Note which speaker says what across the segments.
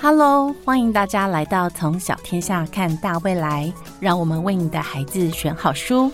Speaker 1: Hello，欢迎大家来到《从小天下看大未来》，让我们为你的孩子选好书。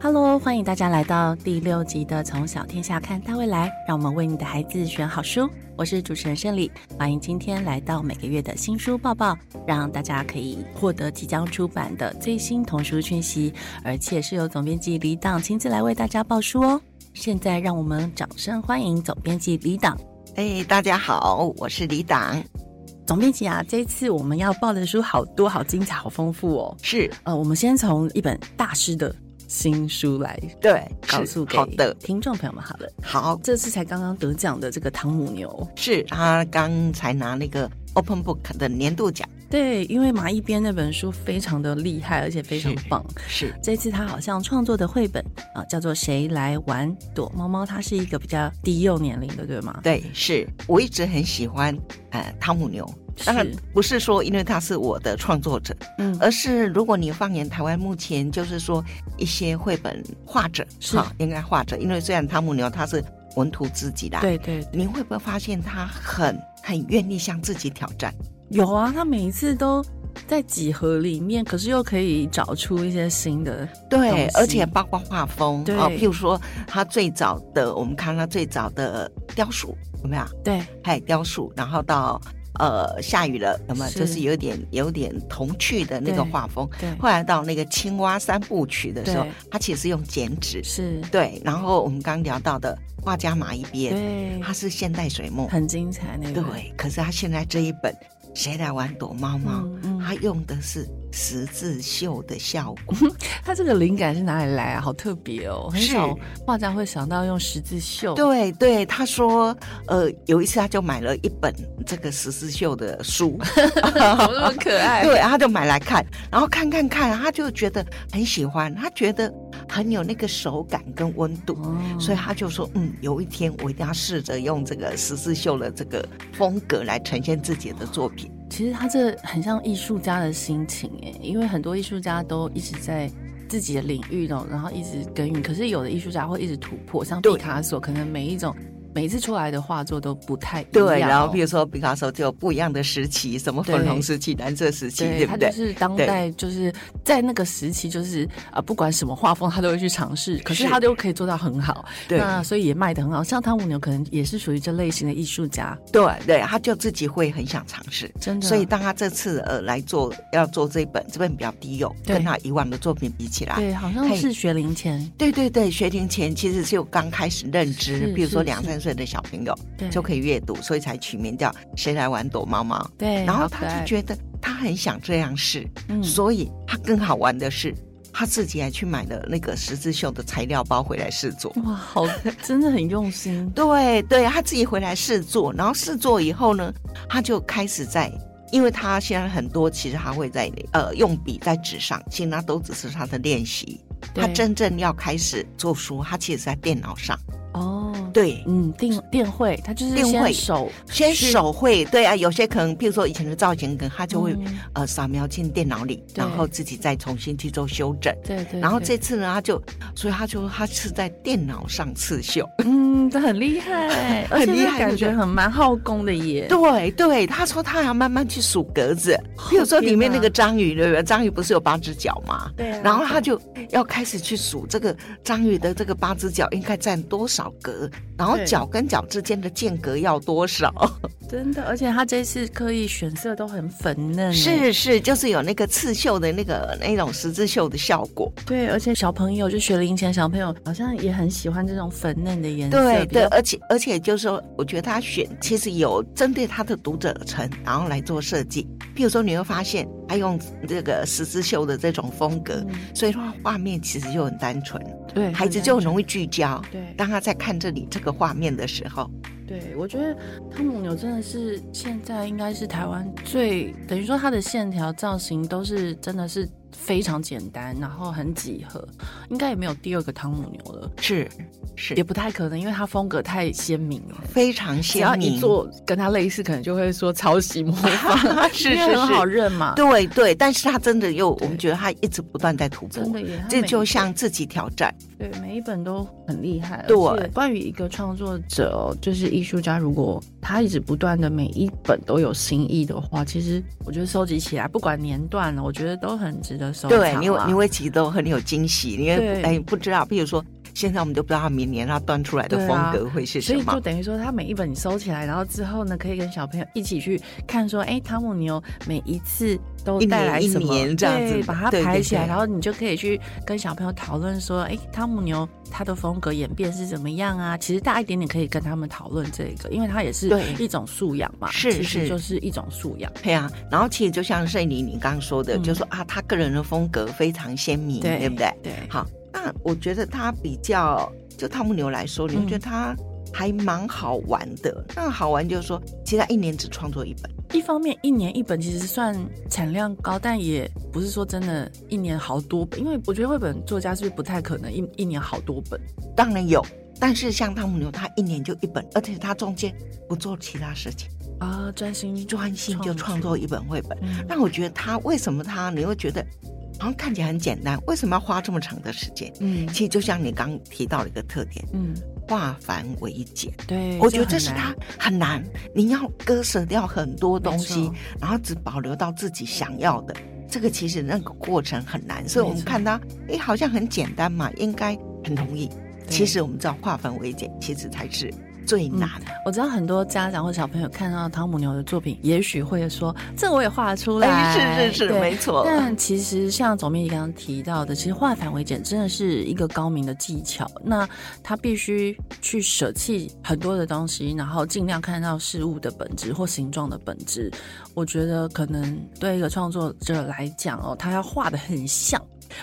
Speaker 1: Hello，欢迎大家来到第六集的《从小天下看大未来》，让我们为你的孩子选好书。我是主持人胜利，欢迎今天来到每个月的新书报报，让大家可以获得即将出版的最新童书讯息，而且是由总编辑李党亲自来为大家报书哦。现在让我们掌声欢迎总编辑李党。
Speaker 2: 哎，大家好，我是李党，
Speaker 1: 总编辑啊，这一次我们要报的书好多，好精彩，好丰富哦。
Speaker 2: 是
Speaker 1: 呃，我们先从一本大师的新书来
Speaker 2: 对，
Speaker 1: 告
Speaker 2: 是
Speaker 1: 诉给
Speaker 2: 好的，
Speaker 1: 听众朋友们好了。
Speaker 2: 好
Speaker 1: 这次才刚刚得奖的这个《汤姆牛
Speaker 2: 是他刚才拿那个 Open Book 的年度奖，》，
Speaker 1: 对，因为马一边那本书非常的厉害，而且非常
Speaker 2: 是
Speaker 1: 棒。
Speaker 2: 是
Speaker 1: 这次他好像创作的绘本啊、叫做《谁来玩躲猫猫》，它是一个比较低幼年龄的，对吗？
Speaker 2: 对，是我一直很喜欢呃汤姆牛，当然
Speaker 1: 是
Speaker 2: 不是说因为他是我的创作者，
Speaker 1: 嗯
Speaker 2: 而是如果你放眼台湾目前，就是说一些绘本画者
Speaker 1: 是
Speaker 2: 哈应该画者，因为虽然汤姆牛他是文图知己啦，，
Speaker 1: 对对，
Speaker 2: 你会不会发现他很很愿意向自己挑战？
Speaker 1: 有啊，他每一次都在几何里面，可是又可以找出一些新的
Speaker 2: 对，
Speaker 1: 东
Speaker 2: 而
Speaker 1: 西
Speaker 2: 且包括画风
Speaker 1: 对
Speaker 2: 啊，譬如说他最早的，我们看他最早的雕塑有没有？
Speaker 1: 对
Speaker 2: 还有雕塑，然后到呃下雨了，有没有？
Speaker 1: 是
Speaker 2: 就是有点有点童趣的那个
Speaker 1: 对
Speaker 2: 画风。
Speaker 1: 对
Speaker 2: 后来到那个青蛙三部曲的时候
Speaker 1: 对，
Speaker 2: 他其实用剪纸，
Speaker 1: 是，
Speaker 2: 对。然后我们刚聊到的画家马一边，
Speaker 1: 对，
Speaker 2: 他是现代水墨，
Speaker 1: 很精彩那个，
Speaker 2: 对。可是他现在这一本《谁来玩躲猫猫》，
Speaker 1: 嗯嗯
Speaker 2: 他用的是十字绣的效果。
Speaker 1: 他这个灵感是哪里来啊？好特别哦，很
Speaker 2: 是
Speaker 1: 少画家会想到用十字绣。
Speaker 2: 对对，他说，呃，有一次他就买了一本这个十字绣 的书，
Speaker 1: 怎么那么可爱？
Speaker 2: 对，他就买来看，然后看看看，他就觉得很喜欢，他觉得很有那个手感跟温度，
Speaker 1: 哦，
Speaker 2: 所以他就说，嗯，有一天我一定要试着用这个十字绣的这个风格来呈现自己的作品。
Speaker 1: 其实他这很像艺术家的心情哎，因为很多艺术家都一直在自己的领域中，然后一直耕耘。可是有的艺术家会一直突破，像毕
Speaker 2: 对
Speaker 1: 卡索，可能每一种每一次出来的画作都不太一样哦、
Speaker 2: 对，然后比如说毕卡索就有不一样的时期，什么粉红
Speaker 1: 对
Speaker 2: 时期、蓝色时期，
Speaker 1: 对
Speaker 2: 对
Speaker 1: 他
Speaker 2: 不
Speaker 1: 就
Speaker 2: 对？
Speaker 1: 是当代，就是在那个时期，就是啊、呃不管什么画风，他都会去尝试，可是
Speaker 2: 是
Speaker 1: 他都可以做到很好。
Speaker 2: 对
Speaker 1: 那所以也卖得很好。像汤姆牛可能也是属于这类型的艺术家，
Speaker 2: 对对，他就自己会很想尝试。
Speaker 1: 真的。
Speaker 2: 所以当他这次呃来做要做这本，这本比较低幼，
Speaker 1: 对
Speaker 2: 跟他以往的作品比起来。
Speaker 1: 对，好像
Speaker 2: 嘿
Speaker 1: 是学龄前，
Speaker 2: 对对对，学龄前其实就刚开始认
Speaker 1: 是
Speaker 2: 知，比如说
Speaker 1: 是
Speaker 2: 两
Speaker 1: 是
Speaker 2: 三岁的小朋友
Speaker 1: 对，
Speaker 2: 就可以阅读，所以才取名叫《谁来玩躲猫猫》。
Speaker 1: 对，
Speaker 2: 然后
Speaker 1: 好可
Speaker 2: 他
Speaker 1: 爱
Speaker 2: 就觉得他很想这样试，
Speaker 1: 嗯
Speaker 2: 所以他更好玩的是，他自己还去买了那个十字绣的材料包回来试做。。
Speaker 1: 哇，好，真的很用心
Speaker 2: 对对，他自己回来试做，然后试做以后呢，他就开始在，因为他现在很多其实他会在呃用笔在纸上，其实那都只是他的练习。
Speaker 1: 对
Speaker 2: 他真正要开始做书，他其实在电脑上，
Speaker 1: 哦，
Speaker 2: 对，
Speaker 1: 嗯，电电绘，他就是
Speaker 2: 电
Speaker 1: 先
Speaker 2: 绘
Speaker 1: 手
Speaker 2: 先
Speaker 1: 去
Speaker 2: 手绘，对啊，有些可能，譬如说以前的造型，可能他就会、
Speaker 1: 嗯
Speaker 2: 呃扫描进电脑里，
Speaker 1: 对
Speaker 2: 然后自己再重新去做修正。
Speaker 1: 对对，
Speaker 2: 然后
Speaker 1: 对
Speaker 2: 这次呢，他就，所以他就他是在电脑上刺绣，
Speaker 1: 嗯，这很厉害，而
Speaker 2: 很
Speaker 1: 且
Speaker 2: 厉
Speaker 1: 这
Speaker 2: 害
Speaker 1: 感
Speaker 2: 对不对
Speaker 1: 觉很蛮耗工的耶。
Speaker 2: 对对，他说他还要慢慢去数格子，
Speaker 1: 哦
Speaker 2: 比如说里面那个章鱼，对不对？章鱼不是有八只脚吗？
Speaker 1: 对啊
Speaker 2: 然后他就要开始去数这个章鱼的这个八只脚应该占多少格，然后
Speaker 1: 对
Speaker 2: 脚跟脚之间的间隔要多少？
Speaker 1: 真的，而且他这次刻意选色都很粉嫩，，欸
Speaker 2: 是是，就是有那个刺绣的那个那种十字绣的效果。
Speaker 1: 对，而且小朋友就学龄前小朋友好像也很喜欢这种粉嫩的颜色，
Speaker 2: 对
Speaker 1: 比
Speaker 2: 对，
Speaker 1: 较
Speaker 2: 而且而且就是说，我觉得他选其实有针对他的读者层，然后来做设计。譬如说，你会发现他用这个十字绣的这种风格，所以说画面其实就很单纯，
Speaker 1: 嗯对
Speaker 2: 孩子
Speaker 1: 很
Speaker 2: 就
Speaker 1: 单
Speaker 2: 很容易聚焦。
Speaker 1: 对
Speaker 2: 当他在看这里这个画面的时候，
Speaker 1: 对，我觉得汤姆牛真的是现在应该是台湾最等于说它的线条造型都是真的是非常简单，然后很几何，应该也没有第二个汤姆牛了，
Speaker 2: 是是
Speaker 1: 也不太可能，因为它风格太鲜明了。
Speaker 2: 非常
Speaker 1: 只要
Speaker 2: 鲜
Speaker 1: 一
Speaker 2: 明。
Speaker 1: 做跟它类似，可能就会说抄袭模 仿，
Speaker 2: 是
Speaker 1: 因为
Speaker 2: 是
Speaker 1: 很
Speaker 2: 是
Speaker 1: 好认嘛。
Speaker 2: 对对，但是他真的又，
Speaker 1: 对
Speaker 2: 我们觉得他一直不断在突破
Speaker 1: 真，的耶，
Speaker 2: 这
Speaker 1: 它每
Speaker 2: 就像自己挑战。
Speaker 1: 对每一本都很厉害。
Speaker 2: 对
Speaker 1: 而且关于一个创作者哦，就是艺术家，如果他一直不断的每一本都有新意的话，其实我觉得收集起来，不管年段呢，我觉得都很值得收藏、啊。
Speaker 2: 对，你会你会其实都很有惊喜，因
Speaker 1: 对
Speaker 2: 为哎不知道，比如说现在我们都不知道他明年他端出来的
Speaker 1: 对啊
Speaker 2: 风格会是
Speaker 1: 所
Speaker 2: 什
Speaker 1: 以
Speaker 2: 么
Speaker 1: 就。等于说，他每一本你收起来，然后之后呢，可以跟小朋友一起去看，说，哎，汤姆牛每一次都
Speaker 2: 一年
Speaker 1: 带来什么，
Speaker 2: 一年这样子
Speaker 1: 对把它
Speaker 2: 对对
Speaker 1: 排起来，
Speaker 2: 对
Speaker 1: 然后你就可以去跟小朋友讨论说，哎，汤姆牛它的风格演变是怎么样啊？其实大一点点可以跟他们讨论这个，因为它也是
Speaker 2: 对
Speaker 1: 一种素养嘛，
Speaker 2: 是
Speaker 1: 其实
Speaker 2: 是
Speaker 1: 就是一种素养，
Speaker 2: 对啊，然后其实就像瑞妮你刚刚说的，
Speaker 1: 嗯
Speaker 2: 就说啊，他个人的风格非常鲜明，
Speaker 1: 对
Speaker 2: 嗯对不对？
Speaker 1: 对，
Speaker 2: 好，那我觉得他比较，就汤姆牛来说，你会
Speaker 1: 嗯
Speaker 2: 觉得他还蛮好玩的。那好玩就是说，其实他一年只创作一本，
Speaker 1: 一方面，一年一本其实算产量高，但也不是说真的一年好多本，因为我觉得绘本作家是不是不太可能一一年好多本。
Speaker 2: 当然有，但是像汤姆牛，他一年就一本，而且他中间不做其他事情，
Speaker 1: 啊，专心
Speaker 2: 专心就创作一本绘本。
Speaker 1: 嗯
Speaker 2: 那我觉得他为什么他你会觉得好像看起来很简单，为什么要花这么长的时间？
Speaker 1: 嗯
Speaker 2: 其实就像你刚提到的一个特点，
Speaker 1: 嗯，
Speaker 2: 化繁为简。
Speaker 1: 对，
Speaker 2: 我觉得
Speaker 1: 很
Speaker 2: 这是
Speaker 1: 难
Speaker 2: 他很难，你要割舍掉很多东
Speaker 1: 没
Speaker 2: 西
Speaker 1: 错，
Speaker 2: 然后只保留到自己想要的。这个其实那个过程很难，所以我们
Speaker 1: 没错
Speaker 2: 看他，诶，好像很简单嘛，应该很容易。
Speaker 1: 对
Speaker 2: 其实我们知道化繁为简，其实才是最难。
Speaker 1: 我知道很多家长或小朋友看到汤姆牛的作品，也许会说这我也画得出来，
Speaker 2: 哎，是是是，
Speaker 1: 嗯对
Speaker 2: 没错。
Speaker 1: 但其实像总编辑刚刚提到的，其实化繁为简真的是一个高明的技巧。那他必须去舍弃很多的东西，然后尽量看到事物的本质或形状的本质。我觉得可能对一个创作者来讲哦，他要画的很像，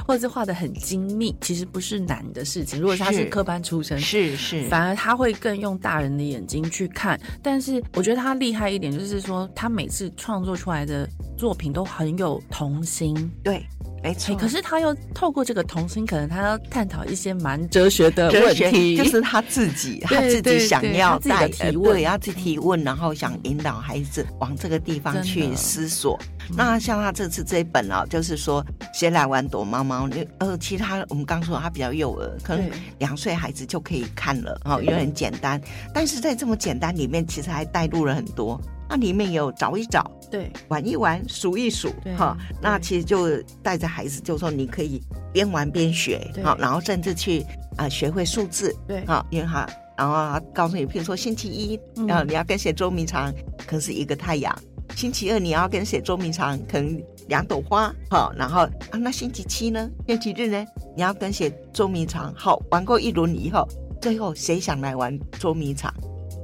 Speaker 1: 或者是画的很精密，其实不是难的事情。如果他是
Speaker 2: 是
Speaker 1: 科班出身，
Speaker 2: 是是，
Speaker 1: 反而他会更用大人的眼睛去看。但是我觉得他厉害一点，就是说他每次创作出来的作品都很有童心。
Speaker 2: 对，没
Speaker 1: 哎、
Speaker 2: 错。
Speaker 1: 可是他又透过这个童心，可能他要探讨一些蛮哲学的
Speaker 2: 哲
Speaker 1: 呃问
Speaker 2: 学
Speaker 1: 题，
Speaker 2: 就是他自己，他
Speaker 1: 对
Speaker 2: 自
Speaker 1: 对
Speaker 2: 己想
Speaker 1: 对他
Speaker 2: 要
Speaker 1: 自己的
Speaker 2: 带
Speaker 1: 提
Speaker 2: 呃
Speaker 1: 问
Speaker 2: 对，要去提问，然后想引导孩子往这个地方
Speaker 1: 真
Speaker 2: 去
Speaker 1: 的嗯
Speaker 2: 思索。那像他这次这一本啊，就是说谁来玩躲猫猫？你呃，其实他我们刚说他比较幼儿，可能
Speaker 1: 对
Speaker 2: 两岁孩子就可以看了哦，因为很简单。但是在这么简单里面，其实还带入了很多。那里面有找一找，
Speaker 1: 对
Speaker 2: 玩一玩，数一数
Speaker 1: 对，
Speaker 2: 哈
Speaker 1: 对。
Speaker 2: 那其实就带着孩子，就说你可以边玩边学
Speaker 1: 对，
Speaker 2: 好，然后甚至去啊、学会数字，
Speaker 1: 对
Speaker 2: 好，因为哈，然后他告诉你，譬如说星期一，
Speaker 1: 嗯
Speaker 2: 然后你要跟谁捉迷藏，可能是一个太阳；星期二你要跟谁捉迷藏，可能两朵花，好，然后啊，那星期七呢？星期日呢？你要跟谁捉迷藏？好，玩过一轮以后，最后谁想来玩捉迷藏？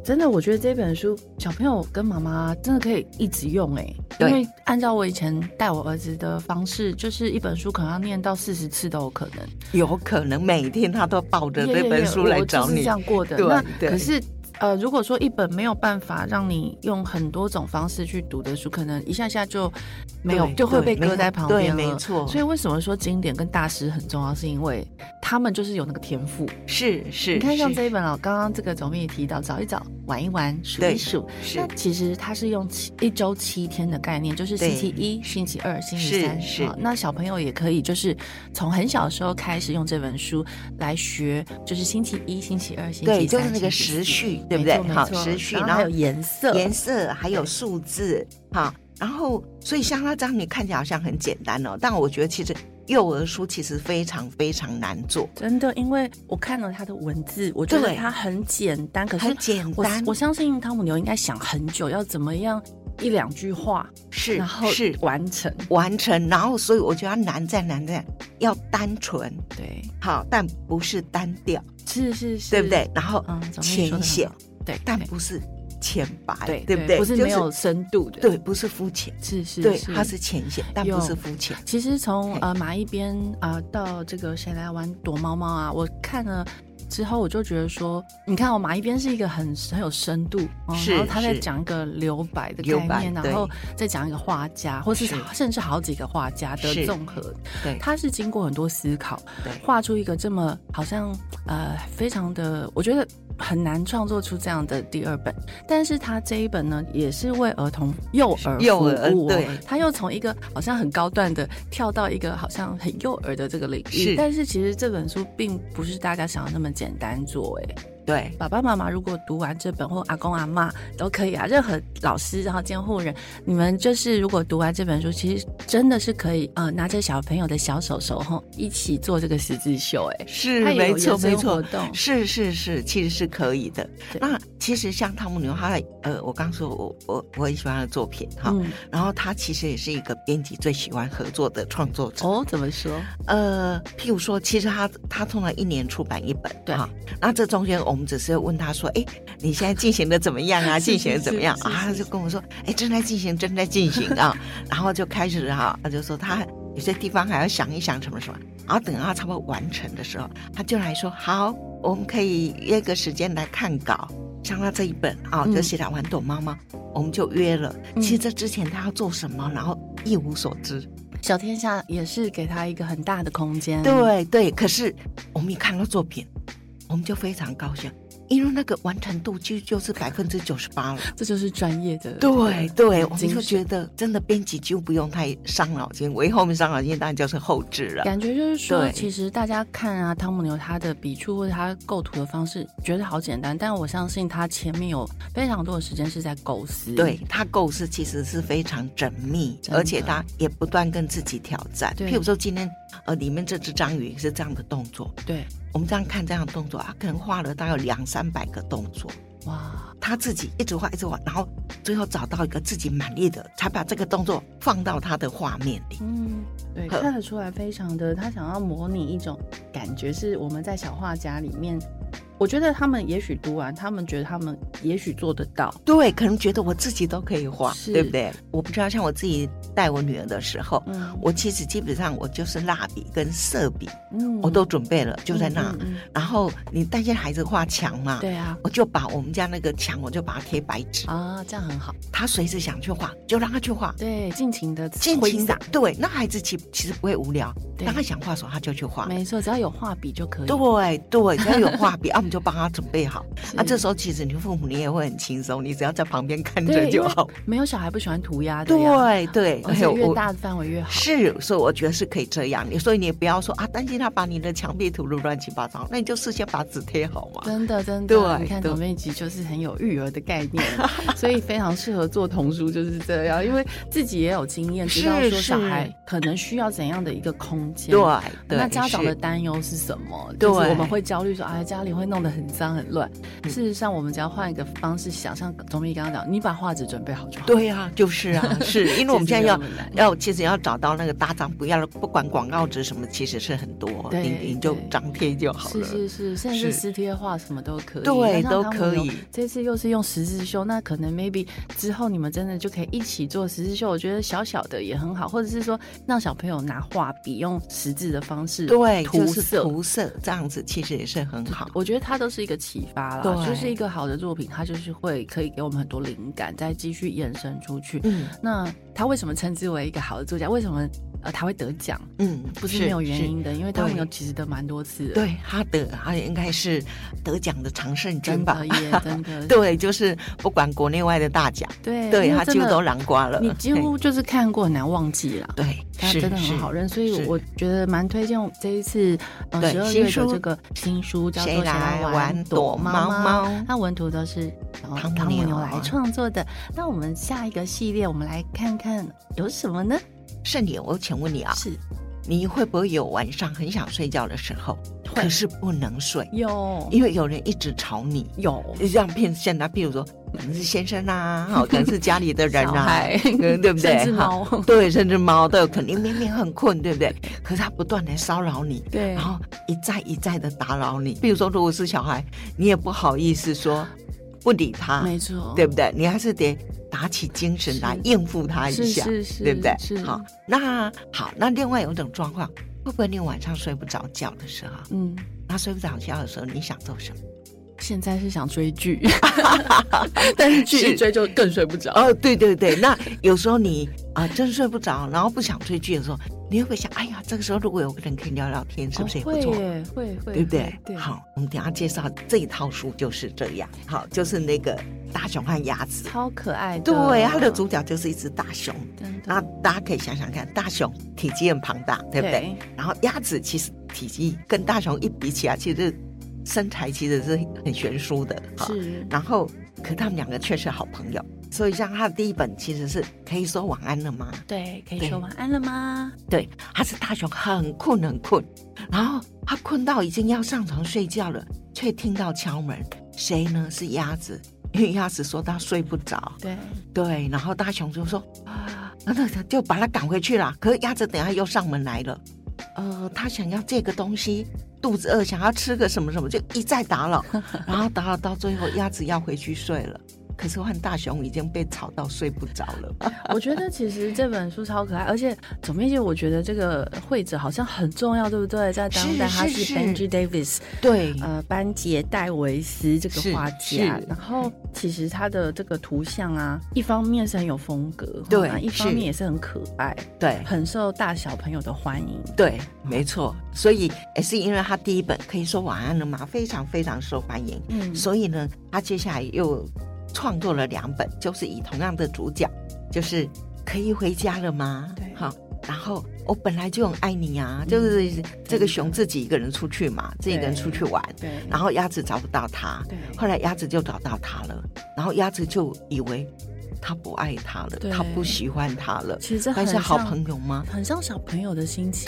Speaker 1: 真的，我觉得这本书小朋友跟妈妈真的可以一直用哎、因
Speaker 2: 对
Speaker 1: 为按照我以前带我儿子的方式，就是一本书可能要念到四十次都有可能。
Speaker 2: 有可能每天他都抱着
Speaker 1: 耶
Speaker 2: 这
Speaker 1: 耶
Speaker 2: 本
Speaker 1: 耶
Speaker 2: 书
Speaker 1: 我
Speaker 2: 来
Speaker 1: 我
Speaker 2: 找
Speaker 1: 就是
Speaker 2: 你
Speaker 1: 这。样过的。
Speaker 2: 对
Speaker 1: 那
Speaker 2: 对
Speaker 1: 可是。呃，如果说一本没有办法让你用很多种方式去读的书，可能一下下就没有，
Speaker 2: 对
Speaker 1: 就会被
Speaker 2: 对没
Speaker 1: 搁
Speaker 2: 有
Speaker 1: 在旁
Speaker 2: 对
Speaker 1: 边了。
Speaker 2: 没错
Speaker 1: 所以为什么说经典跟大师很重要，是因为他们就是有那个天赋。
Speaker 2: 是是，
Speaker 1: 你看，像
Speaker 2: 是
Speaker 1: 这一本哦，刚刚这个总编也提到，找一找，玩一玩，数一
Speaker 2: 对
Speaker 1: 数。
Speaker 2: 是
Speaker 1: 那其实它是用七一周七天的概念，就是星期一、星期二、星期三。
Speaker 2: 是是
Speaker 1: 好那小朋友也可以就是从很小的时候开始用这本书来学，就是星期一、星期二、星期三。
Speaker 2: 对，就是那个
Speaker 1: 星期四
Speaker 2: 时序，对不对？
Speaker 1: 没错
Speaker 2: 好
Speaker 1: 没，错
Speaker 2: 时序，
Speaker 1: 然
Speaker 2: 然
Speaker 1: 后还
Speaker 2: 后
Speaker 1: 有颜色，
Speaker 2: 颜色，还有
Speaker 1: 对
Speaker 2: 数字，好，然后所以像它这样，你看起来好像很简单哦，但我觉得其实幼儿书其实非常非常难做，
Speaker 1: 真的，因为我看了它的文字，我觉得
Speaker 2: 对
Speaker 1: 它很简单，可是
Speaker 2: 很简
Speaker 1: 我
Speaker 2: 单，
Speaker 1: 我相信汤姆牛应该想很久，要怎么样一两句话，
Speaker 2: 是
Speaker 1: 然后
Speaker 2: 是
Speaker 1: 完成。
Speaker 2: 完成，然后所以我觉得它难在难在要单纯，
Speaker 1: 对，
Speaker 2: 好，但不是单调，
Speaker 1: 是是是，
Speaker 2: 对不？对？然后
Speaker 1: 嗯，总编说
Speaker 2: 浅
Speaker 1: 的
Speaker 2: 显，，
Speaker 1: 对，
Speaker 2: 但
Speaker 1: 对
Speaker 2: 不是浅白，
Speaker 1: 对
Speaker 2: 对不对？
Speaker 1: 不是
Speaker 2: 就
Speaker 1: 没有深度的，
Speaker 2: 对，不是肤浅，
Speaker 1: 是是
Speaker 2: 对，
Speaker 1: 是
Speaker 2: 它是浅显，但不
Speaker 1: 有
Speaker 2: 是肤浅。
Speaker 1: 其实从
Speaker 2: 嘿
Speaker 1: 呃马一边啊、呃到这个谁来玩躲猫猫啊，我看了。之后，我就觉得说，你看哦，马一边是一个很很有深度，哦、
Speaker 2: 是
Speaker 1: 然后他在
Speaker 2: 是
Speaker 1: 讲一个留白的
Speaker 2: 留
Speaker 1: 概
Speaker 2: 白
Speaker 1: 念，然
Speaker 2: 对
Speaker 1: 后再讲一个画家，或是
Speaker 2: 是
Speaker 1: 甚至好几个画家的
Speaker 2: 是
Speaker 1: 综合，
Speaker 2: 对
Speaker 1: 他是经过很多思考，
Speaker 2: 对
Speaker 1: 画出一个这么好像呃非常的，我觉得很难创作出这样的第二本。但是他这一本呢，也是为儿童幼儿
Speaker 2: 幼
Speaker 1: 服
Speaker 2: 儿
Speaker 1: 务哦
Speaker 2: 对
Speaker 1: 他又从一个好像很高段的跳到一个好像很幼儿的这个领域，
Speaker 2: 是
Speaker 1: 但是其实这本书并不是大家想的那么简单做哎。
Speaker 2: 对
Speaker 1: 爸爸妈妈如果读完这本，或阿公阿妈都可以啊，任何老师然后监护人，你们就是如果读完这本书，其实真的是可以呃拿着小朋友的小手手吼一起做这个十字绣、哎，
Speaker 2: 是
Speaker 1: 它也
Speaker 2: 没
Speaker 1: 有
Speaker 2: 错
Speaker 1: 衍生
Speaker 2: 没错
Speaker 1: 活，动
Speaker 2: 是是是，其实是可以的。
Speaker 1: 对
Speaker 2: 那其实像汤姆牛，他呃，我刚说我我我很喜欢他的作品哈，
Speaker 1: 嗯，
Speaker 2: 然后他其实也是一个编辑最喜欢合作的创作者。
Speaker 1: 哦，怎么说？
Speaker 2: 呃，譬如说，其实他他通常一年出版一本，
Speaker 1: 对
Speaker 2: 啊。那这中间我们只是问他说：“哎，你现在进行的怎么 样啊？
Speaker 1: 是
Speaker 2: 进行的怎么样
Speaker 1: 是是
Speaker 2: 啊？”
Speaker 1: 是
Speaker 2: 他就跟我说：“哎，正在进行，正在进行 啊。”然后就开始哈、啊他就说他有些地方还要想一想什么什么。然后等到差不多完成的时候，他就来说：“好，我们可以约个时间来看稿。”像他这一本啊，
Speaker 1: 嗯
Speaker 2: 就写了《玩躲猫猫》我们就约了。
Speaker 1: 嗯
Speaker 2: 其实这之前他要做什么，然后一无所知。
Speaker 1: 小天下也是给他一个很大的空间，，
Speaker 2: 对对，可是我们一看到作品，我们就非常高兴，因为那个完成度其实就是百分之九十八了。
Speaker 1: 这就是专业的，
Speaker 2: 对对，我们
Speaker 1: 精
Speaker 2: 就
Speaker 1: 神
Speaker 2: 觉得真的编辑就不用太伤脑筋，唯一后面伤脑筋当然就是后置了。
Speaker 1: 感觉就是说，
Speaker 2: 对
Speaker 1: 其实大家看啊，汤姆牛他的笔触或者他构图的方式，觉得好简单，但我相信他前面有非常多的时间是在构思。
Speaker 2: 对他构思其实是非常缜密，
Speaker 1: 真的
Speaker 2: 而且他也不断跟自己挑战。
Speaker 1: 对
Speaker 2: 譬如说今天，呃，里面这只章鱼是这样的动作，
Speaker 1: 对，
Speaker 2: 我们这样看这样的动作啊，可能画了大概有两三百个动作。
Speaker 1: 哇，
Speaker 2: 他自己一直画，一直画，然后最后找到一个自己满意的，才把这个动作放到他的画面里。
Speaker 1: 嗯，对，
Speaker 2: 呵
Speaker 1: 看得出来非常的，他想要模拟一种感觉，是我们在小画家里面，我觉得他们也许读完，他们觉得他们也许做得到，
Speaker 2: 对，可能觉得我自己都可以画，
Speaker 1: 是
Speaker 2: 对不对？我不知道，像我自己带我女儿的时候，
Speaker 1: 嗯，
Speaker 2: 我其实基本上我就是蜡笔跟色笔，
Speaker 1: 嗯
Speaker 2: 我都准备了，就在那。
Speaker 1: 嗯嗯嗯
Speaker 2: 然后你带些孩子画墙嘛，
Speaker 1: 对啊，
Speaker 2: 我就把我们家那个墙，我就把它贴白纸，
Speaker 1: 啊，这样很好，
Speaker 2: 他随时想去画就让他去画，
Speaker 1: 对，尽情的
Speaker 2: 尽情的
Speaker 1: 洒，。
Speaker 2: 对，那孩子其其实不会无聊，
Speaker 1: 对
Speaker 2: 让他想画的时候他就去画。
Speaker 1: 没错，只要有画笔就可以。
Speaker 2: 对对，只要有画笔，啊，我们就帮他准备好。
Speaker 1: 是
Speaker 2: 啊，这时候其实你父母你也会很轻松，你只要在旁边看
Speaker 1: 对
Speaker 2: 着
Speaker 1: 因
Speaker 2: 就
Speaker 1: 为
Speaker 2: 好。
Speaker 1: 没有小孩不喜欢涂鸦的呀，
Speaker 2: 对对，
Speaker 1: 而且
Speaker 2: 有
Speaker 1: 越
Speaker 2: 我
Speaker 1: 大的范围越好。
Speaker 2: 是，所以我觉得是可以这样。你所以你也不要说啊，担心他把你的墙壁涂得乱七八糟，那你就事先把纸贴好嘛。
Speaker 1: 真的，真的，
Speaker 2: 对
Speaker 1: 你看
Speaker 2: 对
Speaker 1: 总编辑就是很有育儿的概念， 所以非常适合做童书，就是这样，因为自己也有经验，知道
Speaker 2: 是
Speaker 1: 说小
Speaker 2: 是
Speaker 1: 孩可能需要怎样的一个空间。
Speaker 2: 对对，
Speaker 1: 那家长的
Speaker 2: 是
Speaker 1: 担忧是什么？就是
Speaker 2: 对嗯
Speaker 1: 我们会焦虑说，哎，家里会弄得很脏很乱。事实上，我们只要换一个方式想，像总编辑刚刚讲，你把画纸准备好就好。，
Speaker 2: 对啊，就是啊，是因为我们现在
Speaker 1: 其实没
Speaker 2: 要
Speaker 1: 有那么难
Speaker 2: 要其实要找到那个搭档，不要不管广告纸什么，其实是很多，
Speaker 1: 对
Speaker 2: 你你就
Speaker 1: 对
Speaker 2: 张贴就好
Speaker 1: 是
Speaker 2: 了。
Speaker 1: 是是，甚至
Speaker 2: 是
Speaker 1: 撕贴画什么都可以，
Speaker 2: 对
Speaker 1: 那像
Speaker 2: 都
Speaker 1: 汤姆
Speaker 2: 可
Speaker 1: 牛
Speaker 2: 以
Speaker 1: 这次又是用十字绣，那可能 maybe 之后你们真的就可以一起做十字绣，我觉得小小的也很好，或者是说让小朋友拿画笔用识字的方式
Speaker 2: 对，
Speaker 1: 涂
Speaker 2: 就是
Speaker 1: 色。
Speaker 2: 涂色这样子，其实也是很好。
Speaker 1: 我觉得它都是一个启发啦，
Speaker 2: 对
Speaker 1: 就是一个好的作品，它就是会可以给我们很多灵感，再继续延伸出去。
Speaker 2: 嗯
Speaker 1: 那他为什么称之为一个好的作家？为什么呃他会得奖？
Speaker 2: 嗯，
Speaker 1: 不是没有原。因的，因为他们
Speaker 2: 对
Speaker 1: 有其实得蛮多次的，
Speaker 2: 对，他得他应该是得奖的常胜军
Speaker 1: 真
Speaker 2: 吧
Speaker 1: 的？耶，真的
Speaker 2: 对，就是不管国内外的大奖，
Speaker 1: 对
Speaker 2: 对
Speaker 1: 因为
Speaker 2: 他
Speaker 1: 真
Speaker 2: 几乎
Speaker 1: 的
Speaker 2: 都囊括了。
Speaker 1: 你几乎就是看过很难忘记啦。
Speaker 2: 对，
Speaker 1: 它
Speaker 2: 是
Speaker 1: 真的很好
Speaker 2: 是
Speaker 1: 认，所以
Speaker 2: 是
Speaker 1: 我觉得蛮推荐这一次呃
Speaker 2: 对
Speaker 1: 十二
Speaker 2: 新
Speaker 1: 月的
Speaker 2: 书
Speaker 1: 这个新书叫做
Speaker 2: 谁
Speaker 1: 《
Speaker 2: 来
Speaker 1: 玩
Speaker 2: 玩躲
Speaker 1: 猫
Speaker 2: 猫猫
Speaker 1: 它文图都是呃
Speaker 2: 汤姆
Speaker 1: 汤姆
Speaker 2: 牛
Speaker 1: 牛
Speaker 2: 啊
Speaker 1: 来创作的。那我们下一个系列，我们来看看有什么呢？
Speaker 2: 盛典，我请问你啊，
Speaker 1: 是
Speaker 2: 你会不会有晚上很想睡觉的时候，可是不能睡，
Speaker 1: 有
Speaker 2: 因为有人一直吵你？
Speaker 1: 有
Speaker 2: 就像骗现在，譬如说可能是先生啊，好，可能是家里的人
Speaker 1: 小
Speaker 2: 啊
Speaker 1: 孩，
Speaker 2: 嗯对不对？
Speaker 1: 甚至
Speaker 2: 好
Speaker 1: 猫
Speaker 2: 对，甚至猫都有可能，你明明很困，对不对？可是它不断的骚扰你，
Speaker 1: 对
Speaker 2: 然后一再一再的打扰你。比如说，如果是小孩，你也不好意思说不理他，
Speaker 1: 啊没错，
Speaker 2: 啊对不对？你还是得打起精神来
Speaker 1: 是
Speaker 2: 应付他一
Speaker 1: 是
Speaker 2: 下，
Speaker 1: 是是，
Speaker 2: 对不对？
Speaker 1: 是
Speaker 2: 好，那好，那另外有一种状况，会不会你晚上睡不着觉的时候，
Speaker 1: 嗯，
Speaker 2: 那睡不着觉的时候，你想做什么？
Speaker 1: 现在是想追 剧， 但是剧一
Speaker 2: 是
Speaker 1: 追就更睡不着。
Speaker 2: 哦，对 对对，那有时候你啊、真睡不着，然后不想追剧的时候，你会不会想，哎呀，这个时候如果有个人可以聊聊天，是不是也不错？
Speaker 1: 会耶会会，
Speaker 2: 对不对
Speaker 1: 会？对，
Speaker 2: 好，我们等一下介绍这一套书就是这样。好，就是那个大熊和鸭子。
Speaker 1: 超可爱的。
Speaker 2: 对，它的主角就是一只大熊。
Speaker 1: 真的
Speaker 2: 那大家可以想想看，大熊体积很庞大，对不对？
Speaker 1: 对
Speaker 2: 然后鸭子其实体积跟大熊一比起来，其实身材其实是很悬殊的。哈
Speaker 1: 是
Speaker 2: 然后，可他们两个却是好朋友，所以像他的第一本其实是可以说晚安了吗？
Speaker 1: 对，可以
Speaker 2: 对
Speaker 1: 说晚安了吗？
Speaker 2: 对，他是大熊很困很困，然后他困到已经要上床睡觉了，却听到敲门，谁呢？是鸭子，因为鸭子说他睡不着，
Speaker 1: 对，
Speaker 2: 对，然后大熊就说，啊，那他就把他赶回去 了。可是鸭子等下又上门来了，呃，他想要这个东西，肚子饿，想要吃个什么什么，就一再打扰， 然后打扰到最后，鸭子要回去睡了。可是换大熊已经被吵到睡不着了，
Speaker 1: 我觉得其实这本书超可爱，而且总编辑，我觉得这个会者好像很重要，对不对？在当代
Speaker 2: 是
Speaker 1: 他
Speaker 2: 是
Speaker 1: 是 Benji Davis，
Speaker 2: 对
Speaker 1: 呃，班杰戴维斯这
Speaker 2: 是
Speaker 1: 个画家
Speaker 2: 是，
Speaker 1: 然后其实他的这个图像啊，一方面是很有风格，
Speaker 2: 对
Speaker 1: 然后一方
Speaker 2: 是
Speaker 1: 面也是很可爱，
Speaker 2: 对，
Speaker 1: 很受大小朋友的欢迎。
Speaker 2: 对，没错，所以也是因为他第一本可以说晚安了嘛，非常非常受欢迎，
Speaker 1: 嗯
Speaker 2: 所以呢，他接下来又创作了两本，就是以同样的主角，就是可以回家了吗？
Speaker 1: 对嗯
Speaker 2: 好，然后我本来就很爱你啊，就是这个熊自己一个人出去嘛，自己一个人出去玩，
Speaker 1: 嗯对
Speaker 2: 然后鸭子找不到他，
Speaker 1: 对
Speaker 2: 后来鸭子就找到他了，然后鸭子就以为他不爱他了，
Speaker 1: 对
Speaker 2: 他不喜欢他了，
Speaker 1: 其实
Speaker 2: 但
Speaker 1: 很
Speaker 2: 是好
Speaker 1: 像
Speaker 2: 朋友吗？
Speaker 1: 很像小朋友的心情。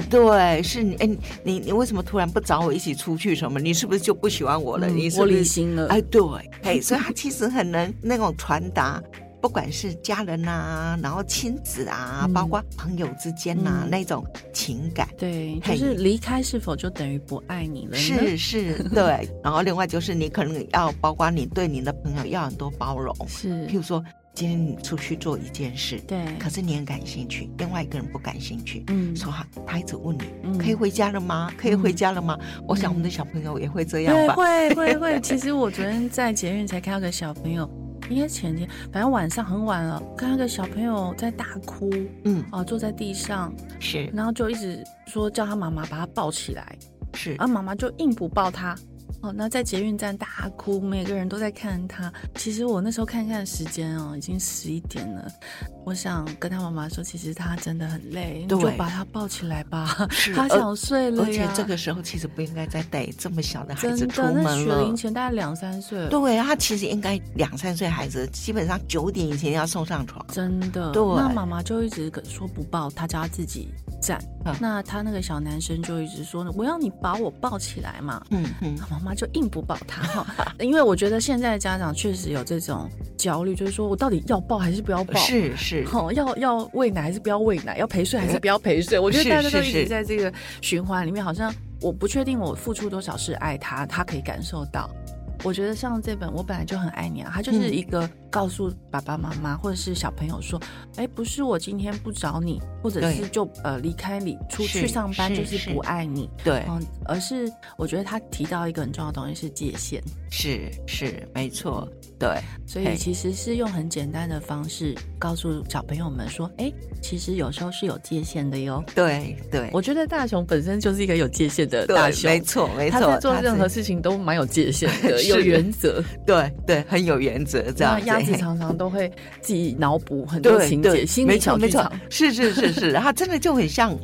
Speaker 1: 嗯
Speaker 2: 对，是你哎，你你你为什么突然不找我一起出去什么？你是不是就不喜欢我了？
Speaker 1: 嗯
Speaker 2: 你是
Speaker 1: 我
Speaker 2: 不
Speaker 1: 离
Speaker 2: 是？
Speaker 1: 心了。
Speaker 2: 哎，对，哎，所以他其实很能那种传达，不管是家人呐、然后亲子啊，
Speaker 1: 嗯
Speaker 2: 包括朋友之间呐、
Speaker 1: 嗯
Speaker 2: 那种情感。
Speaker 1: 对，就
Speaker 2: 嘿
Speaker 1: 是离开是否就等于不爱你了呢？
Speaker 2: 是是，对。然后另外就是你可能要包括你对你的朋友要很多包容，
Speaker 1: 是
Speaker 2: 譬，如说今天你出去做一件事，
Speaker 1: 对，
Speaker 2: 可是你很感兴趣，另外一个人不感兴趣，
Speaker 1: 嗯
Speaker 2: 说好，他一直问你，
Speaker 1: 嗯
Speaker 2: 可以回家了吗？可以回家了吗？我想我们的小朋友也会这样
Speaker 1: 对，
Speaker 2: 吧。
Speaker 1: 嗯会会会。其实我昨天在捷运才看到个小朋友，应该前天，反正晚上很晚了，看到个小朋友在大哭
Speaker 2: 嗯，
Speaker 1: 啊、坐在地上，
Speaker 2: 是
Speaker 1: 然后就一直说叫他妈妈把他抱起来，
Speaker 2: 是
Speaker 1: 然后妈妈就硬不抱他。哦，那在捷运站大哭，每个人都在看他。其实我那时候看看时间哦，已经十一点了。我想跟他妈妈说，其实他真的很累，你就
Speaker 2: 对
Speaker 1: 把他抱起来吧，
Speaker 2: 是
Speaker 1: 他
Speaker 2: 而
Speaker 1: 想睡了
Speaker 2: 而且
Speaker 1: 呀
Speaker 2: 这个时候其实不应该再带这么小的孩
Speaker 1: 真
Speaker 2: 子出
Speaker 1: 的，那
Speaker 2: 门
Speaker 1: 学
Speaker 2: 了
Speaker 1: 龄。前大概两三岁，
Speaker 2: 对，他其实应该两三岁孩子，基本上九点以前要送上床。
Speaker 1: 真的，
Speaker 2: 对
Speaker 1: 那妈妈就一直跟说不抱，她叫他自己站。
Speaker 2: 啊
Speaker 1: 那他那个小男生就一直说，我要你把我抱起来嘛。
Speaker 2: 嗯嗯，
Speaker 1: 他妈妈就硬不抱他哈， 因为我觉得现在的家长确实有这种焦虑，就是说我到底要抱还是不要抱？。
Speaker 2: 是是，
Speaker 1: 哦，要要喂奶还是不要喂奶？要陪睡还是不要陪睡？我觉得大家都
Speaker 2: 是
Speaker 1: 一
Speaker 2: 是
Speaker 1: 直在这个循环里面，好像我不确定我付出多少是爱他，他可以感受到。我觉得像这本《我本来就很爱你》啊，它就是
Speaker 2: 嗯
Speaker 1: 一个告诉爸爸妈妈或者是小朋友说，哎，不是我今天不找你，或者
Speaker 2: 对
Speaker 1: 是就呃离开你出去
Speaker 2: 是
Speaker 1: 上班，
Speaker 2: 是
Speaker 1: 就是
Speaker 2: 是
Speaker 1: 不爱你。
Speaker 2: 对，
Speaker 1: 嗯，而是我觉得他提到一个很重要的东西是界限，
Speaker 2: 是是，没错，对，
Speaker 1: 所
Speaker 2: 嘿
Speaker 1: 以其实是用很简单的方式告诉小朋友们说，哎，其实有时候是有界限的哟。
Speaker 2: 对对，
Speaker 1: 我觉得大雄本身就是一个有界限的大
Speaker 2: 对，
Speaker 1: 雄，
Speaker 2: 没错没
Speaker 1: 他
Speaker 2: 错，
Speaker 1: 在做
Speaker 2: 他
Speaker 1: 任何
Speaker 2: 是
Speaker 1: 事情都蛮有界限 的，
Speaker 2: 是
Speaker 1: 有原则。
Speaker 2: 对对很有原则这
Speaker 1: 那
Speaker 2: 样子。
Speaker 1: 鸭子
Speaker 2: 嘿
Speaker 1: 常常都会自己脑补很多
Speaker 2: 对
Speaker 1: 情
Speaker 2: 对
Speaker 1: 节，心
Speaker 2: 没
Speaker 1: 理
Speaker 2: 错
Speaker 1: 小
Speaker 2: 没
Speaker 1: 剧
Speaker 2: 错
Speaker 1: 场。
Speaker 2: 是是是是，他真的就很像